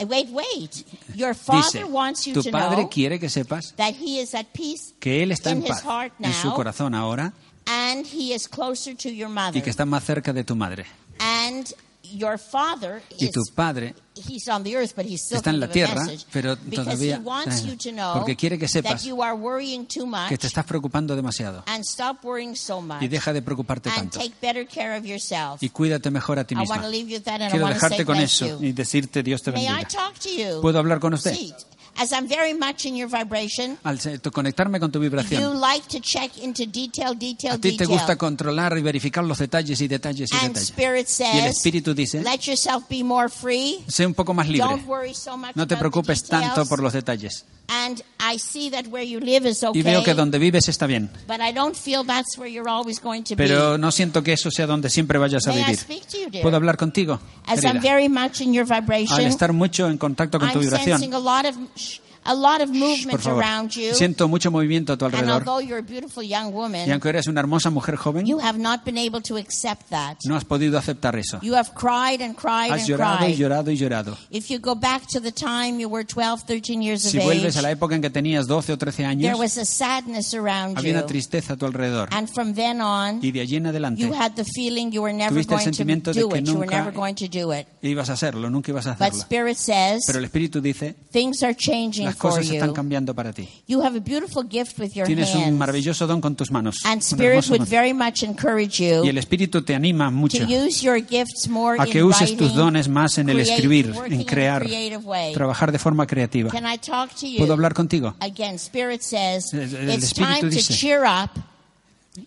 Uh, wait, wait. Your father
Dice,
wants you
tu
to
padre
know
quiere que sepas
that he is at peace
que él está
in
en
his
paz
heart
en su
now.
corazón ahora
and he is closer to your mother,
y que está más cerca de tu madre.
and your father
Y tu
is
padre
He's on the earth, but he's still
Está en la
giving a
tierra,
message.
pero
Because
todavía- eh,
he wants you to know
porque quiere que sepas
that you are worrying too much
que te estás preocupando demasiado
and stop worrying so much
y deja de preocuparte
and
tanto
take better care of yourself.
y cuídate mejor a ti
I want
misma.
to leave you with that and I
Quiero
want to say
dejarte con
bless
eso
you.
y decirte Dios te
May I
bendiga.
talk to you?
¿Puedo hablar con usted?
Sí. as I'm very much in your vibration,
Al se- to- conectarme con tu
you
vibración,
like to check into detail, detail,
a ti te
detail.
gusta controlar y verificar los detalles y detalles y
and
detalles.
Spirit
Y el
says,
Espíritu dice,
let yourself be more free.
sé un poco más libre.
Don't worry so much
No te
about the
preocupes
details.
tanto por los detalles.
And I see that where you live is okay.
Y veo que donde vives está bien,
But I don't feel that's where you're always going to
pero no siento que eso sea donde siempre vayas
be.
a
May I
vivir.
speak to you, dear?
¿Puedo hablar contigo?
As
querida?
I'm very much in your
Al
vibration,
estar mucho en contacto con tu
I'm
vibración,
sensing a lot of shh, a lot of
Shh, por
movement
favor,
around you.
siento mucho movimiento a tu
and
alrededor.
although you're a beautiful young woman,
Y aunque eres una hermosa mujer joven,
you have not been able to accept that.
no has podido aceptar eso.
You have cried and cried
Has
and
llorado
cried.
y llorado y llorado.
If you go back to the time you were 12, 13 years
Si
of
vuelves a la
age,
época en que tenías 12 o 13
there
años,
was a sadness around
había una
you.
tristeza a tu alrededor.
And from then on,
Y de allí en adelante
you had the feeling you were never
Tuviste el
going to
sentimiento de
do
que
it. You were
nunca-
never going to do it.
ibas a hacerlo, nunca ibas a
But
hacerlo.
Spirit says
Pero el Espíritu dice,
things are changing
las
for
cosas están
you.
cambiando para ti.
You have a beautiful gift with your
Tienes un
hands.
maravilloso don con tus manos. un
And Spirit
hermoso
would
don.
very much encourage
Y
you
el Espíritu te anima
to
mucho
use your gifts more
a que
in
uses tus
writing,
dones más en el
create-
escribir,
working
en
in a
crear,
creative way.
trabajar de forma creativa.
Can I talk to you?
¿Puedo hablar contigo?
Again, Spirit says
El- el
it's
Espíritu
time to
dice,
cheer up.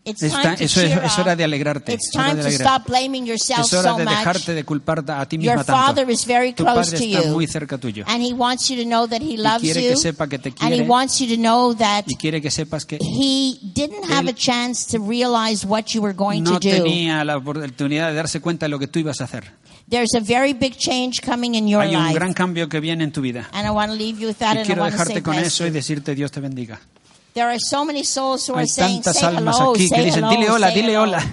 It's
"Está-
time to
eso es-
cheer
es hora
up.
de alegrarte,
It's
es hora
time
de
to
alegrarte.
stop blaming yourself
Es hora
so
de
much.
dejarte de culpar a ti
Your
misma tanto.
father is very
Tu
close
padre
to
está muy
you.
cerca tuyo
And he wants you to know that he loves
quiere que
you.
sepa que te
And he
quiere.
wants you to know that
y quiere que sepas que
he didn't have
Él
a chance to realize what you were going
no
to do.
tenía la oportunidad de darse cuenta de lo que tú ibas a hacer.
There's a very big change coming in your
Hay un
life.
gran cambio que viene en tu vida.
And I want to leave you with that
Y
and I
quiero
want to say
dejarte con
bless
eso y
you.
decirte Dios te bendiga.
There are so many souls who
Hay
are saying,
tantas
say
almas
hello,
aquí que
say
dicen,
hello,
dile hola,
say
dile
hello."
hola.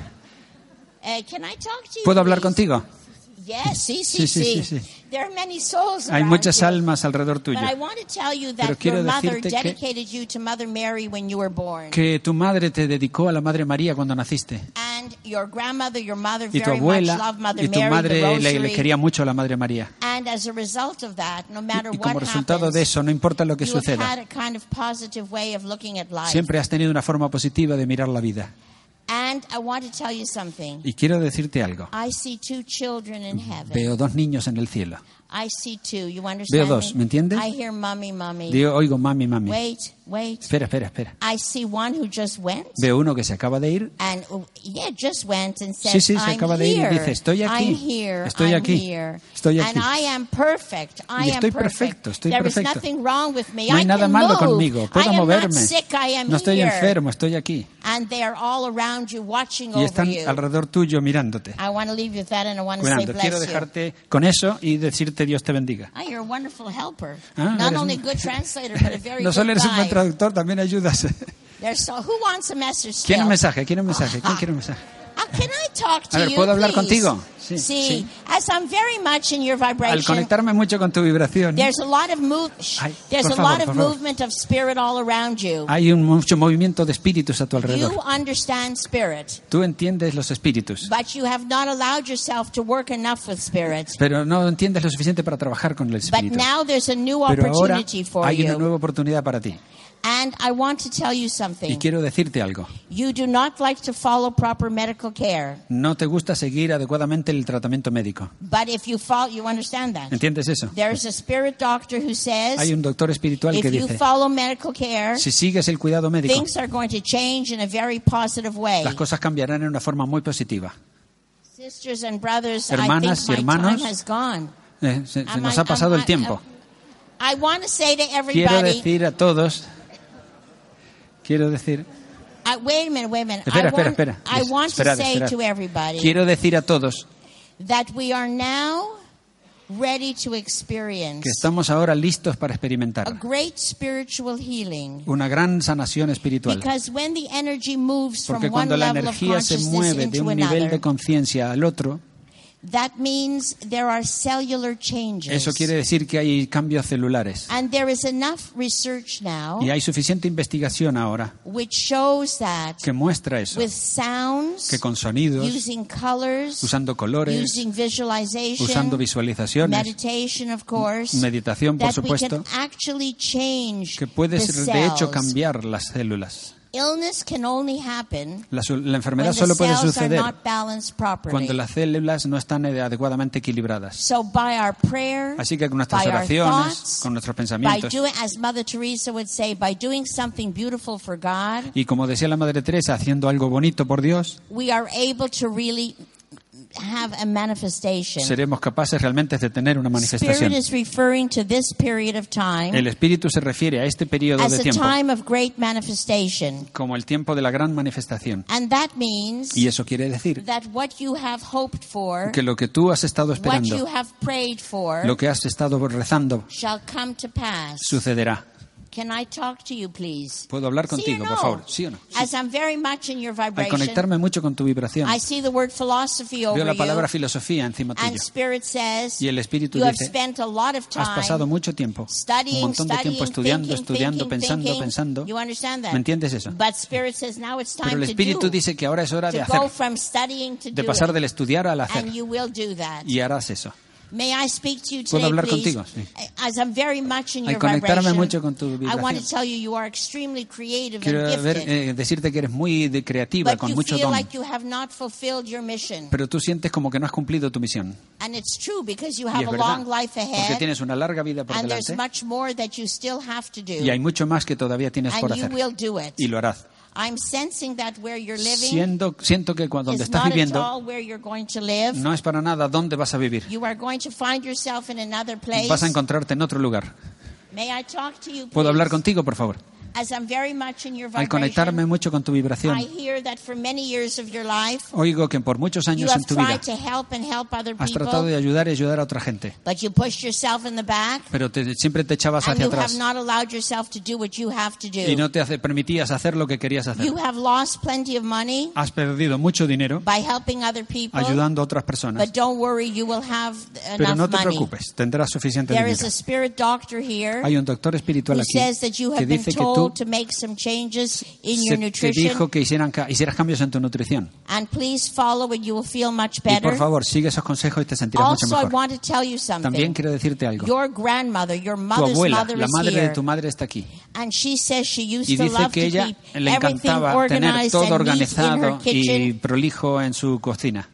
Eh, can I talk to you,
¿Puedo hablar
please?
contigo?
Yes, sí, sí,
Sí,
sí.
sí, sí, sí.
There are many souls
Hay
around
muchas
you.
almas alrededor tuyo.
But I want to tell you
Pero
that
quiero
your mother
decirte que-
dedicated you to Mother Mary when you were born.
Que tu madre te dedicó a la Madre María cuando naciste.
and your grandmother, your mother
Y tu
very much
abuela
loved Mother
y tu
Mary, the
madre le,
rosary.
le quería mucho a la Madre María.
and as a result of that, no matter
Y
what
como resultado
happens,
de eso, no importa lo que
you have had
suceda,
a kind of positive way of looking at life.
siempre has tenido una forma positiva de mirar la vida.
And I want to tell you something.
Y quiero decirte algo.
I see two children in heaven.
Veo dos niños en el cielo.
I see two. You understand?
Veo dos, ¿me entiendes?
I hear mummy, mummy.
Digo, oigo, mami, mami.
Wait, wait.
Espera, espera, espera.
I see one who just went.
Veo uno que se acaba de ir.
And oh, yeah, just went and said,
Sí, sí, se
I'm
acaba de ir y
here.
dice, estoy aquí,
I'm here.
estoy
I'm
aquí,
here.
estoy
And
aquí.
I am perfect. I am
Y estoy
perfect.
perfecto, estoy
There is
perfecto.
nothing wrong with me.
No hay
I
nada
can
malo
move.
conmigo. Puedo
I am
moverme.
Not sick. I am
No estoy
here.
enfermo, estoy aquí.
And they are all around you, watching
Y
over
están
you.
alrededor tuyo mirándote,
I want to leave you with that and I want to say
cuidando.
bless
Quiero
you.
dejarte con eso y decirte Dios te bendiga.
Ah, you're a wonderful helper.
Ah,
Not
eres
only a
un- (laughs)
good translator, but a very
No solo
good
eres un
guy.
buen traductor, también ayudas. (laughs)
There's so, who wants a message
¿Quién un
still?
mensaje? ¿Quién un mensaje? ¿Quién quiere un mensaje?
Ah, can I talk to
A ver,
you,
¿puedo hablar
please?
contigo? Sí,
See,
sí.
as I'm very much in your
Al
vibration,
conectarme mucho con tu vibración,
there's a lot of move, shh,
Ay,
there's
por
a
favor,
lot of
por favor.
movement of spirit all around you.
hay un mucho movimiento de espíritus a tu
You
alrededor.
understand spirit,
Tú entiendes los espíritus,
but you have not allowed yourself to work enough with spirit.
pero no entiendes lo suficiente para trabajar con el
But
espíritu.
now there's a new
Pero ahora
opportunity for
hay una
you.
nueva oportunidad para ti.
And I want to tell you
Y
something.
quiero decirte algo.
You do not like to follow proper medical care.
No te gusta seguir adecuadamente el tratamiento médico.
But if you follow, you understand that.
¿Entiendes eso?
There's a spirit doctor who says,
Hay un doctor espiritual
if
que
you
dice,
follow medical care,
si sigues el cuidado médico,
things are going to change in a very positive way.
las cosas cambiarán en una forma muy positiva.
Sisters and brothers,
Hermanas
I
y
think my
hermanos,
time has gone.
Eh, se, se
Am
nos
I-
ha pasado
am
el
I-
tiempo.
I want to say to
Quiero
everybody,
decir a todos, quiero decir,
I, wait a minute, wait a minute.
espera,
I want,
espera, espera.
I want
Esperad,
to say
esperad.
to everybody
Quiero decir a todos
that we are now ready to experience
que estamos ahora listos para
a
experimentar
great spiritual healing.
una gran sanación espiritual.
Because when the energy moves
Porque
from one
cuando la
level of
energía se
consciousness
mueve de
into
un nivel
another,
de conciencia al otro,
that means there are cellular changes.
eso quiere decir que hay cambios celulares.
And there is enough research now
Y hay suficiente investigación ahora
which shows that
que muestra eso,
with sounds,
que con sonidos,
using colors,
usando colores,
using visualization,
usando visualizaciones,
meditation, of course,
meditación, por
that we
supuesto,
can actually change
que puedes
the
de hecho
cells.
cambiar las células.
illness can only happen
La, su- la
when
enfermedad
the
solo puede
cells are
suceder
not balanced
cuando
properly.
las células no están eh, adecuadamente equilibradas.
So by our prayer,
Así que con nuestras
by our
oraciones,
thoughts,
con nuestros
by
pensamientos,
doing, as Mother Teresa would say, by doing something beautiful for God,
y como decía la Madre Teresa, haciendo algo bonito por Dios,
we are able to really have a manifestation.
seremos capaces realmente de tener una manifestación.
Spirit is referring to this period of
El
time
Espíritu se refiere a este periodo
as
de
a
tiempo
time of great manifestation.
como el tiempo de la gran manifestación.
And that means
Y eso quiere decir
that what you have hoped for,
que lo que tú has estado
what you
esperando,
have prayed
lo
for,
que has estado rezando,
shall come to pass.
sucederá.
Can I talk to you, please?
¿Puedo hablar
Sí o
contigo, por
no?
favor? ¿Sí o no?
As I'm very much in your
Al
vibration,
conectarme mucho con tu vibración,
I see the word philosophy over
veo la palabra
you,
filosofía encima
and
tuyo.
Spirit says
Y el Espíritu
you have
dice,
spent a lot of
Has pasado
time
mucho tiempo, un
studying,
montón de
studying,
tiempo estudiando,
thinking,
estudiando,
thinking,
pensando,
thinking.
pensando.
You understand that?
¿Me entiendes eso?
But Spirit says now it's time
Pero el
to
Espíritu
do.
dice que ahora es hora de
to
hacer,
go from studying to
de
do
pasar
it.
del estudiar al hacer.
And you will do that.
Y harás eso.
May I speak to you
¿Puedo
today,
hablar
please?
contigo? Sí.
As I'm very much in
Al
your
conectarme
vibration,
mucho con tu
I want
vibración.
to tell you you are extremely creative
Quiero
and
ver,
gifted,
eh, decirte que eres muy de creativa,
but
con
you
mucho
feel
don,
like you have not fulfilled your mission.
pero tú sientes como que no has cumplido tu misión.
And it's true because you
Y
have
es
a
verdad,
long life
porque
ahead,
tienes una larga vida por
and there's
delante
much more that you still have to do,
y hay mucho más que todavía tienes por
and you
hacer.
will do it.
Y lo harás.
I'm sensing that where you're living
Siendo, siento que cuando donde
is
estás
not at
viviendo
all where you're going to live.
no es para nada dónde vas a vivir.
You are going to find yourself in another place.
Vas a encontrarte en otro lugar.
May I talk to you,
¿Puedo hablar
please?
contigo, por favor?
As I'm very much in your
Al
vibration,
conectarme mucho con tu
I
vibración,
hear that for many years of your life,
oigo que por muchos
you
años en
have
tu
tried
vida
to help and help other
has tratado
people,
de ayudar y ayudar a otra gente,
but you pushed yourself in the back,
pero te- siempre te echabas
and
hacia
you have
atrás
not allowed yourself to do what you have to
y
do.
no te hace- permitías hacer lo que querías hacer.
You have lost plenty of money
Has perdido mucho dinero
by helping other people,
ayudando a otras personas,
but don't worry, you will have
pero
enough
no te
money.
preocupes, tendrás suficiente
There is
dinero.
a spirit doctor here
Hay un doctor espiritual
who
aquí
says that you
que
have been
dice que tú
told to make some changes in your
se, te
nutrition,
dijo que hicieran ca- hicieras cambios en tu nutrición.
and please follow and you will feel much
Y
better.
por favor, sigue esos consejos y te sentirás mucho
Also, I
mejor.
want to tell you
También
something.
quiero decirte algo.
Your grandmother, your
Tu
mother's
abuela,
mother
la
is
madre de
here,
tu madre está aquí.
and she says she used
y
to
dice
love
que
to
ella
keep
le
everything
encantaba tener
organized
todo
and neat in her
organizado y
kitchen,
prolijo en su cocina,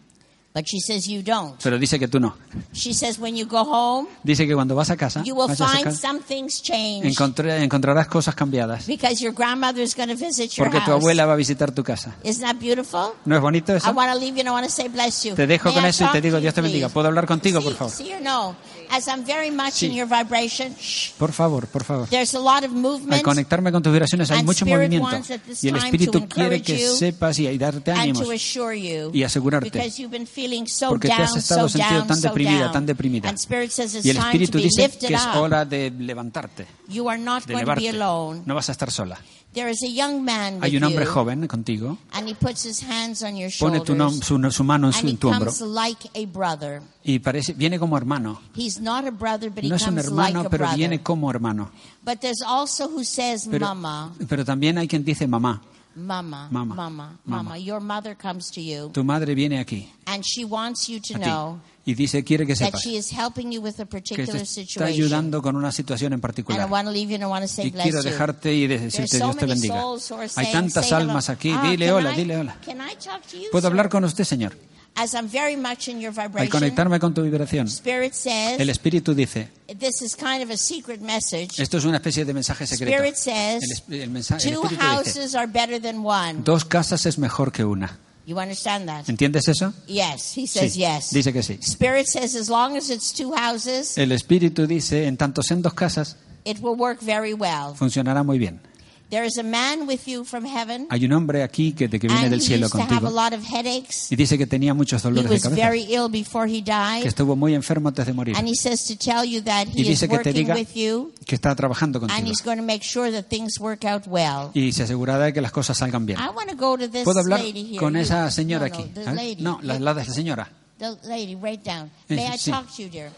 but she says you don't.
pero dice que tú no.
She says when you go home,
Dice que cuando vas a casa,
you will
vayas a
find
casa,
some things changed
encontré- encontrarás cosas cambiadas
because your grandmother is going to visit your
porque tu
house.
abuela va a visitar tu casa.
Isn't that beautiful?
¿No es bonito
I
eso?
want to leave you and I want to say bless you.
Te dejo
May
con
I
eso y
talk
te digo
to you,
Dios te bendiga.
please?
¿Puedo hablar contigo, por
Sí,
favor?
sí or no? As I'm very much in
Sí.
your vibration, shh,
Por favor, por favor.
there's a lot of
Al
movement
conectarme con tus vibraciones hay
And
mucho
Spirit
movimiento
wants at this
y el
time to
Espíritu quiere
encourage
que
you
sepas y y darte
and
ánimos
to assure you
y asegurarte.
because you've been feeling so
porque te
down,
has estado
so
sentido
down,
tan
so
deprimida,
down.
tan deprimida.
And Spirit says it's
Y el
time to
Espíritu
be
dice
lifted
que es
up.
hora de levantarte,
You are not
de
going to be
elevarte.
alone.
No vas a estar sola.
There is a young man with
Hay un hombre
you,
joven contigo,
and he puts his hands on your
pone
shoulders,
tu nom- su, su mano en,
and
su,
he
en tu hombro
comes like a brother.
y parece, viene como hermano.
He's not a brother, but he
No es un
comes
hermano,
like a
pero
brother.
viene como hermano.
But there's also who says,
Pero,
"Mama,
pero también hay quien dice mamá.
mama,
Mama,
mama,
mama."
mama." Your mother comes to you,
Tu madre viene aquí,
and she wants you to
a
know
ti, y dice, quiere que
that
sepas
she is helping you with a
que te
particular
está
situation.
ayudando con una situación en
And I
particular.
want to leave you and I want to say
Y
bless
quiero
you.
dejarte y
There's
decirte
so
Dios te
many
bendiga.
souls who are
Hay
saying,
tantas
say hello.
almas aquí,
Ah,
dile
can
hola,
I-
dile hola.
Can I talk to you,
¿Puedo
sir?
hablar con usted, señor?
As I'm very much in your
Al
vibration,
conectarme con tu vibración,
Spirit says,
el Espíritu dice,
this is kind of a secret message.
esto es una especie de mensaje secreto.
Spirit says,
El esp- el mensa- el
two
Espíritu dice,
houses are better than one.
dos casas es mejor que una.
You understand that?
¿Entiendes eso?
Yes, he says
Sí,
yes.
dice que Eh, sí.
Spirit says as long as it's two houses,
El Espíritu dice, en tanto sean dos casas,
it will work very well.
funcionará muy bien.
There is a man with you from heaven,
Hay un hombre aquí que, de que viene
and
del
he
cielo
used to have a
contigo
lot of headaches.
y dice que tenía
He
muchos dolores de
was
cabeza,
very ill before he
que
died,
estuvo muy enfermo antes de morir
and he says to tell you that
y
he is
dice que te
working
diga
with you,
que está trabajando
and
contigo
he's going to make sure that things work out well.
y se asegurará de que las cosas salgan bien.
I want to go to this
¿Puedo hablar
lady here.
con
You-
esa señora
no, no,
aquí?
the
¿Ah?
lady.
No, la, la de esa señora.
The lady, right down.
Eh,
May I
sí.
talk to you, dear?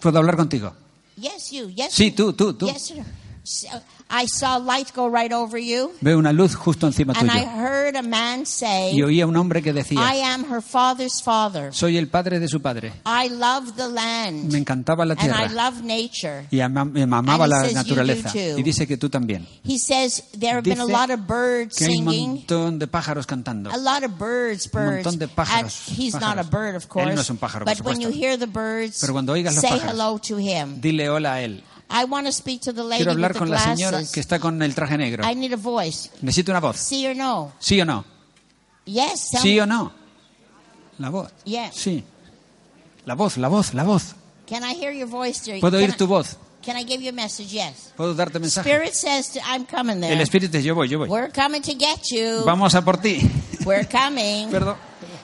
¿Puedo hablar contigo?
Yes, you. Yes.
Sí,
you.
tú, tú, tú.
Yes, sir. So, I saw light go right over you,
Veo una luz justo encima
and I
tuyo.
heard heard a man
Y
say,
oí a un hombre que decía,
I am her father's father.
soy el padre de su padre.
I love the land.
Me encantaba la
And I
tierra
love nature.
y ama- me
And
amaba
he
la
says, "You
naturaleza.
do too.
Y dice que tú también.
He says there have been a
Dice
lot of birds
Que hay un
singing.
montón de pájaros cantando.
A lot of birds, birds.
montón de
And
pájaros,
he's not a
pájaros.
bird, of
Él no
course.
es un pájaro, por
but when you
supuesto.
hear the birds,
Pero cuando oigas los
say
pájaros,
hello to him.
Dile hola a él.
I want to speak to the lady
Quiero hablar
with the
con la
glasses.
señora que está con el traje negro.
I need a voice.
Necesito una voz.
See or no?
¿Sí o no?
Yes. tell
¿Sí
me.
o no? La voz.
Yeah.
Sí. La voz, la voz, la voz.
Can I hear your voice, dear?
Puedo
can,
oír
I,
tu voz.
can I give you a message? Yes.
Puedo darte mensaje.
Spirit says, to, I'm coming there.
El espíritu dice, yo voy, yo voy.
We're coming to get you.
Vamos a por ti. (laughs)
We're coming.
Perdón.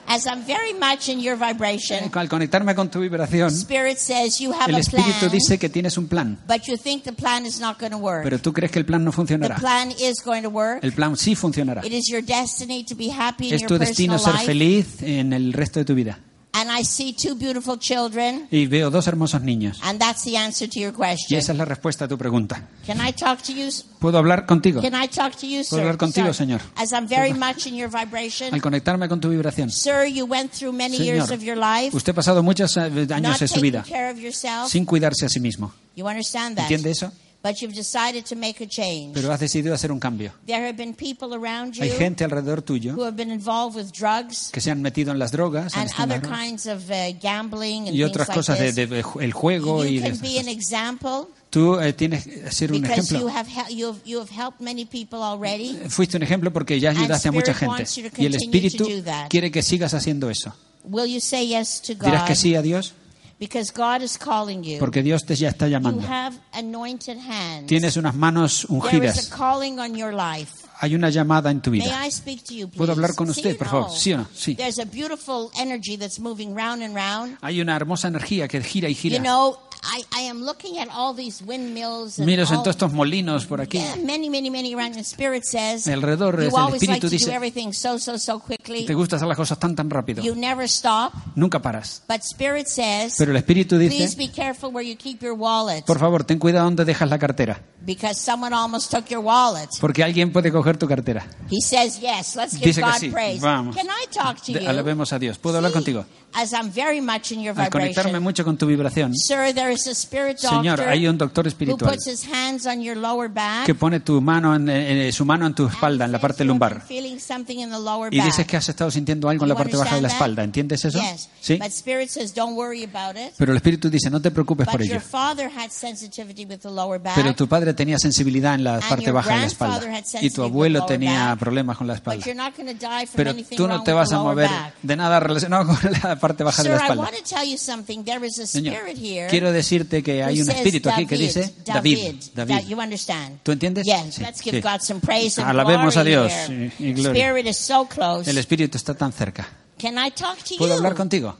As I'm very much in your vibration,
Al conectarme con tu vibración,
Spirit says you have
el
a
espíritu
plan,
dice que tienes un plan,
but you think the plan is not going to work.
pero tú crees que el plan no
The
funcionará.
plan is going to work.
El plan sí funcionará.
It is your destiny to be happy in
Es
your
tu destino
personal
ser
life.
feliz en el resto de tu vida.
And I see two beautiful children,
Y veo dos hermosos niños.
and that's the answer to your
Y
question.
esa es la respuesta a tu pregunta.
Can I talk to you? s-
¿Puedo hablar contigo?
Can I talk to you, sir?
hablar contigo,
Sorry.
señor.
As I'm very much in your vibration,
Al conectarme con tu vibración.
sir, you went through many years
Señor,
of your life
usted ha pasado muchos eh,
not
años de su
taking
vida
care of yourself.
sin cuidarse a sí mismo.
You understand that?
¿Entiende eso?
But you've decided to make a change.
Pero has decidido hacer un cambio.
There have been people around
Hay
you
gente alrededor tuyo
who have been involved with drugs
que se han metido en las drogas, han
and
estado
other
en las drogas,
kinds of uh, gambling and
y
things
otras
like
cosas de-
this.
de- de ju- el juego y
you
de
can
esas
be an
cosas.
example
Tú eh, tienes que ser un
because you
ejemplo.
have, hel- you have you have helped many people already.
Fuiste un ejemplo porque ya ayudaste a
Spirit
mucha gente.
wants you to
Y el
continue to
Espíritu
do that.
quiere que sigas haciendo eso.
Will you say yes to
Dirás
God?
que sí a Dios
Because God is calling you.
porque Dios te ya está
you
llamando.
have anointed hands.
Tienes unas manos
there is a
ungidas.
calling on your life.
Hay una llamada en tu
May
vida.
I speak to you, please?
¿Puedo hablar con
Sí
usted,
o
por
no?
favor? ¿Sí o no? Sí.
There's a beautiful energy that's moving round and round.
Hay una hermosa energía que gira y
You
gira.
know, I, I am looking at all these windmills and
Miro en
all-
todos estos molinos por aquí.
Yeah, many, many, many around. And Spirit says,
Alrededor
you
es el
always like to
Espíritu
do
dice-
everything so, so, so quickly.
Te gusta hacer las cosas tan tan rápido.
You never stop.
Nunca paras.
But Spirit says,
Pero el Espíritu
please
dice,
be careful where you keep your wallet
por favor, ten cuidado donde dejas la cartera,
because someone almost took your wallet.
porque alguien puede coger tu cartera.
He says yes. Let's give
Dice que
God
sí.
praise.
Vamos.
Can I talk to
De-
you?
alabemos a Dios. ¿Puedo hablar
Sí.
contigo?
As I'm very much in your
Al conectarme
vibration.
mucho con tu vibración,
Sir, there is a spirit doctor
Señor, hay un doctor
who
espiritual
puts his hands on your lower back.
que pone tu mano en, eh, eh, su mano en tu espalda, en la
and says
parte
you have been
lumbar,
Feeling something in the lower
y
back.
dices que has estado sintiendo algo en la
You
parte baja de la
understand that?
espalda. ¿Entiendes eso?
Yes.
Sí.
But spirit says don't worry about it.
Pero el Espíritu dice, no te preocupes por
But
ello.
your father had sensitivity with the lower back.
Pero tu padre tenía sensibilidad en la
And
parte
your
baja de la
grandfather
espalda,
had sensitive
y tu abuelo
lower
tenía
back.
problemas con la
But
espalda.
you're not going to die from
Pero
anything
tú
wrong
no te
with
vas
the
a
lower
mover
back.
de nada relacionado con la parte baja de
Sir,
la
I
espalda.
want to tell you something. There is a
Señor,
spirit here.
quiero decirte que hay
who
un
says
espíritu aquí que
David,
dice David,
David, That-
David.
You understand?
¿Tú entiendes?
Yes,
Sí,
let's give
sí.
God some praise and
Alabemos a
glory
Dios
here.
y- y gloria.
Spirit is so close.
El espíritu está tan cerca.
Can I talk to
¿Puedo
you?
hablar Oh. contigo?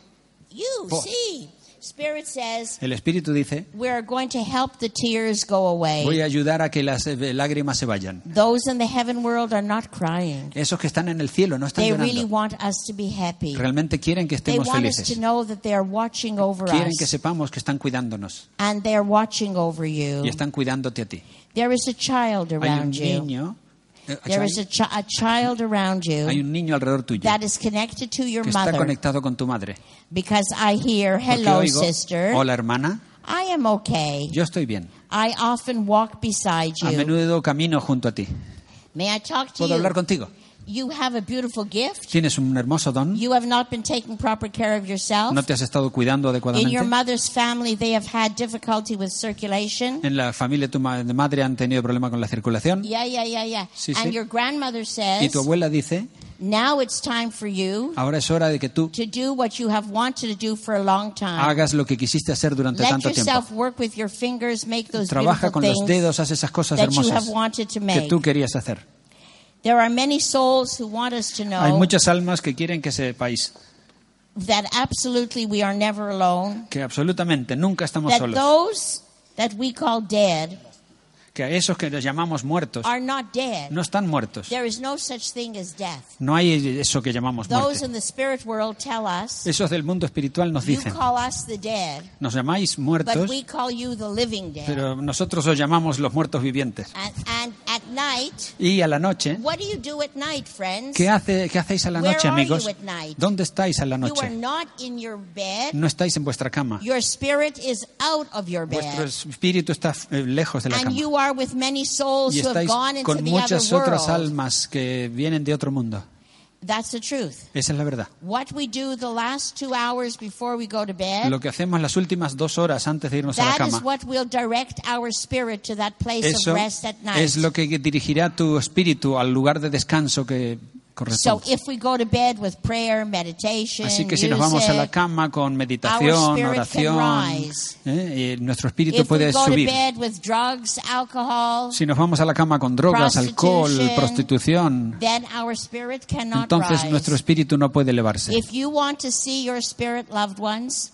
You
Por-
see, Spirit says
El espíritu dice,
we are going to help the tears go away.
voy a ayudar a que las eh, lágrimas se vayan.
Those in the heaven world are not crying.
Esos que están en el cielo no están
They really
llorando.
want us to be happy.
Realmente quieren que
They
estemos
want us to
felices.
know that they are watching over
Quieren que
us
sepamos que están cuidándonos
and they are watching over you.
y están cuidándote a ti.
There is a child
Hay un
around you.
niño, eh,
There is a, chi- a child around you.
hay un niño alrededor tuyo
that is connected to your
que está
mother
conectado con tu madre.
because I hear,
Porque
hello,
oigo,
sister.
Hola hermana,
I am okay.
yo estoy bien.
I often walk beside
A
you.
menudo camino junto a ti.
May I talk to
¿Puedo hablar
you?
contigo?
You have a beautiful gift.
Tienes un hermoso don.
You have not been taking proper care of yourself.
No te has estado cuidando
In your
adecuadamente.
mother's family, they have had difficulty with circulation.
En la familia de tu ma- de madre han tenido problemas con la circulación.
Yeah, yeah, yeah, yeah.
Sí, sí.
And your grandmother
Y
says,
tu abuela dice,
now it's time for you
ahora es hora de que tú
to do what you have wanted to do for a long time.
hagas lo que quisiste hacer durante
Let
tanto tiempo.
yourself work with your fingers, make those
Trabaja
beautiful
con
things
los dedos, haz esas cosas
that you have
hermosas
wanted to
que
make.
tú querías hacer.
There are many souls who want us to
Hay
know
muchas almas que quieren que sepáis
that absolutely we are never alone.
que absolutamente nunca estamos
That
solos.
those that we call dead
Que a esos que los llamamos muertos
are not dead.
no están muertos.
There is no such thing as death.
No hay eso que llamamos
Those
muerte.
in the spirit world tell us,
Esos del mundo espiritual nos
you
dicen,
call us the dead,
nos llamáis
but
muertos,
we call you the living dead.
pero nosotros os llamamos los muertos vivientes.
And, and at at night.
Y a la noche,
What do you do at night, friends?
¿qué, hace, qué hacéis a la
Where
noche,
are
amigos?
you at night?
¿Dónde estáis a la
You are
noche?
not in your bed.
No estáis en vuestra cama.
Your spirit is out of your
Vuestro
bed.
espíritu está eh, lejos de la
And
cama.
you are with many souls
Y
who have
estáis
gone into
con
the other
muchas otras
world.
almas que vienen de otro mundo.
That's the truth.
Esa es la verdad.
What we do the last two hours before we go to bed,
Lo que hacemos las últimas dos horas antes de irnos a la
that is
cama,
what will direct our spirit to that place
eso
of rest at night.
es lo que dirigirá tu espíritu al lugar de descanso que
So
corresponde.
if we go to bed with prayer, meditation,
Así que si nos vamos
music,
a la cama con
our
meditación,
spirit can
oración,
rise.
¿eh? y nuestro espíritu
if we
puede
go to
subir.
bed with drugs, alcohol,
Si nos vamos a la cama con drogas, alcohol,
Prostitution.
prostitución,
then our spirit cannot
entonces
rise.
nuestro espíritu no puede elevarse.
If you want to see your spirit loved ones,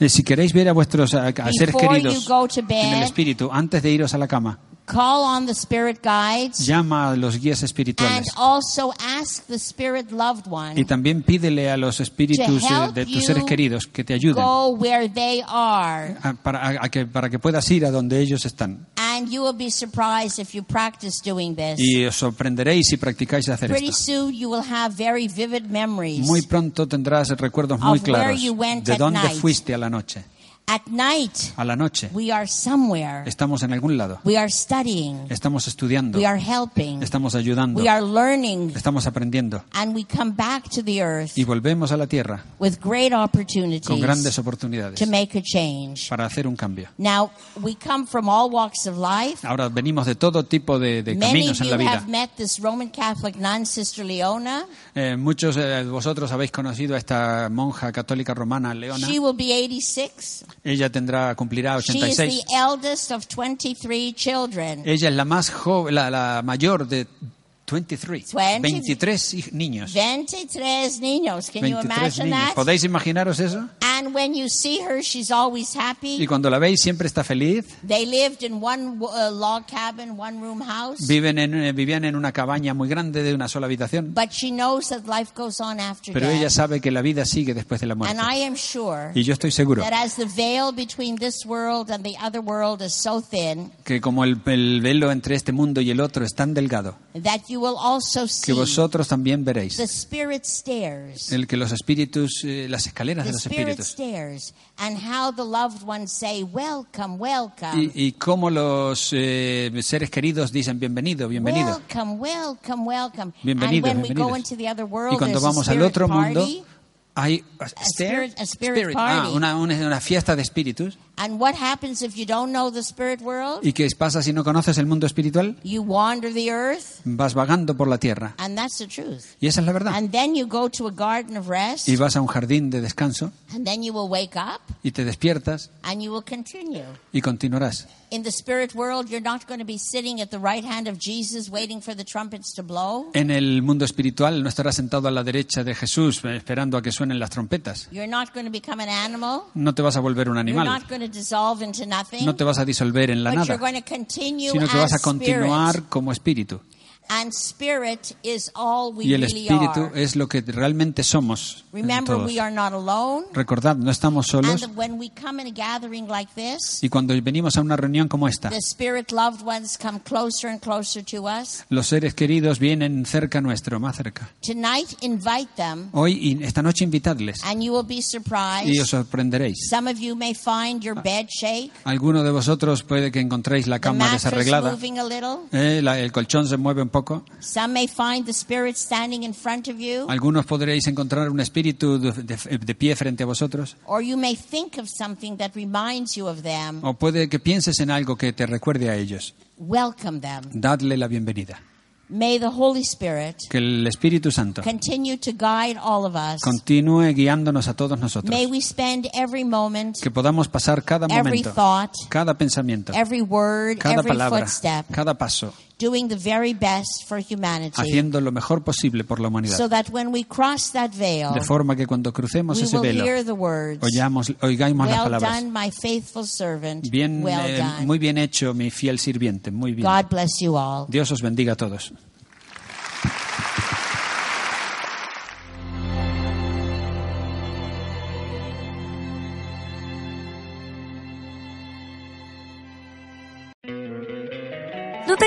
Eh, Si queréis ver a vuestros a, a seres
Before
queridos
you go to bed,
en el espíritu, antes de iros a la cama,
call on the spirit guides
llama a los guías
and
espirituales
also ask the spirit loved one
y también pídele a los espíritus
to
eh,
help
de
you
tus seres queridos que te ayuden
go where they are.
a- para, a- a que, para que puedas ir a donde ellos están.
And you will be surprised if you practice doing this.
Y os sorprenderéis si practicáis hacer
Pretty
esto.
soon you will have very vivid memories.
Muy pronto tendrás recuerdos muy
of where
claros
you went
de
at
dónde
night.
fuiste a la noche.
At night,
A la noche
we are somewhere.
estamos en algún lado,
We are studying.
estamos estudiando,
We are helping.
estamos ayudando,
We are learning.
estamos aprendiendo
And we come back to the earth
y volvemos a la tierra
with great
con
opportunities
grandes oportunidades
to make a change.
para hacer un cambio.
Now, we come from all walks of life.
Ahora venimos de todo tipo de, de
Many of
caminos en
you
la vida.
have met this Roman Catholic nun, Sister Leona.
Eh, muchos eh, de vosotros habéis conocido a esta monja católica romana, Leona.
She will be 86.
Ella tendrá cumplirá
She is the
86.
eldest of 23 children.
Ella es la más joven, la, la mayor de 23,
20.
23 hij- niños.
23 niños. Can you
23
imagine
niños.
that?
¿Podéis imaginaros eso?
And when you see her, she's always
Y
happy.
cuando la veis siempre está feliz.
They lived in one uh, log cabin, one room house.
Viven en, eh, vivían en una cabaña muy grande de una sola habitación.
But she knows that life goes on after
Pero ella
death.
sabe que la vida sigue después de la muerte.
And I am sure
Y yo estoy seguro
that as the veil between this world and the other world is so thin,
que como el, el velo entre este mundo y el otro es tan delgado,
that you will also
que
see
vosotros también veréis.
the spirit stairs.
El que los espíritus, eh, las escaleras
The
de los
spirit
espíritus.
stairs. And how the loved ones say, Welcome, welcome.
Y, y cómo los eh, seres queridos dicen bienvenido, bienvenido.
Welcome, welcome, welcome. and
Bienvenido,
when we go
bienvenidos.
into the other world,
Y cuando
there's
vamos
a
al
spirit
otro mundo,
party.
hay a
spirit- a spirit
Ah,
party.
una, una- una fiesta de espíritus.
And what happens if you don't know the spirit world?
¿Y qué pasa si no conoces el mundo espiritual?
You wander the earth,
Vas vagando por la tierra.
and that's the truth.
Y esa es la verdad.
And then you go to a garden of rest,
Ah. Y vas a un jardín de descanso
and then you will wake up,
y te despiertas
and you will continue.
y continuarás.
In the spirit world, you're not going to be sitting at the right hand of Jesus waiting for the trumpets to blow.
En el mundo espiritual no estarás sentado a la derecha de Jesús eh, esperando a que suenen las trompetas.
You're not going to become an animal.
No te vas a volver un
You're
animal.
not going to dissolve into nothing.
No te vas a disolver en la
but you're
nada.
going to continue
sino que vas a
as spirit.
continuar como espíritu.
And spirit is all we
Y el
really
espíritu
are.
es lo que realmente somos. en
Remember,
todos.
we are not alone.
Recordad, no estamos solos.
And when we come in a gathering like this,
Y cuando venimos a una reunión como esta,
the spirit loved ones come closer and closer to us.
los seres queridos vienen cerca nuestro, más cerca.
Tonight, invite them,
Hoy y esta noche invitadles
and you will be surprised.
y os sorprenderéis.
Some of you may find your bed shake,
Alguno de vosotros puede que encontréis la
the
cama
mattress
desarreglada,
moving a little.
eh, la- el colchón se mueve un poco.
Some may find the spirit standing in front of you,
Algunos podréis encontrar un espíritu de- de- de pie frente a vosotros.
or you may think of something that reminds you of them.
O puede que pienses en algo que te recuerde a ellos.
Welcome them.
Dadle la bienvenida.
May the Holy Spirit
Que el Espíritu Santo
continue to guide all of us.
continúe guiándonos a todos nosotros.
May we spend every moment,
Que podamos pasar cada
every
momento,
thought,
cada pensamiento,
every word,
cada
every
palabra,
footstep,
cada paso,
doing the very best for humanity.
haciendo lo mejor posible por la
So
humanidad.
that when we cross that veil,
De forma que cuando crucemos
we
ese
will hear
velo,
the words,
oyamos, oigamos las
Well
palabras.
done, my faithful servant.
Bien,
well
eh,
done.
muy bien hecho, mi fiel sirviente. Muy bien.
God bless you all.
Dios os bendiga a todos.
¿No te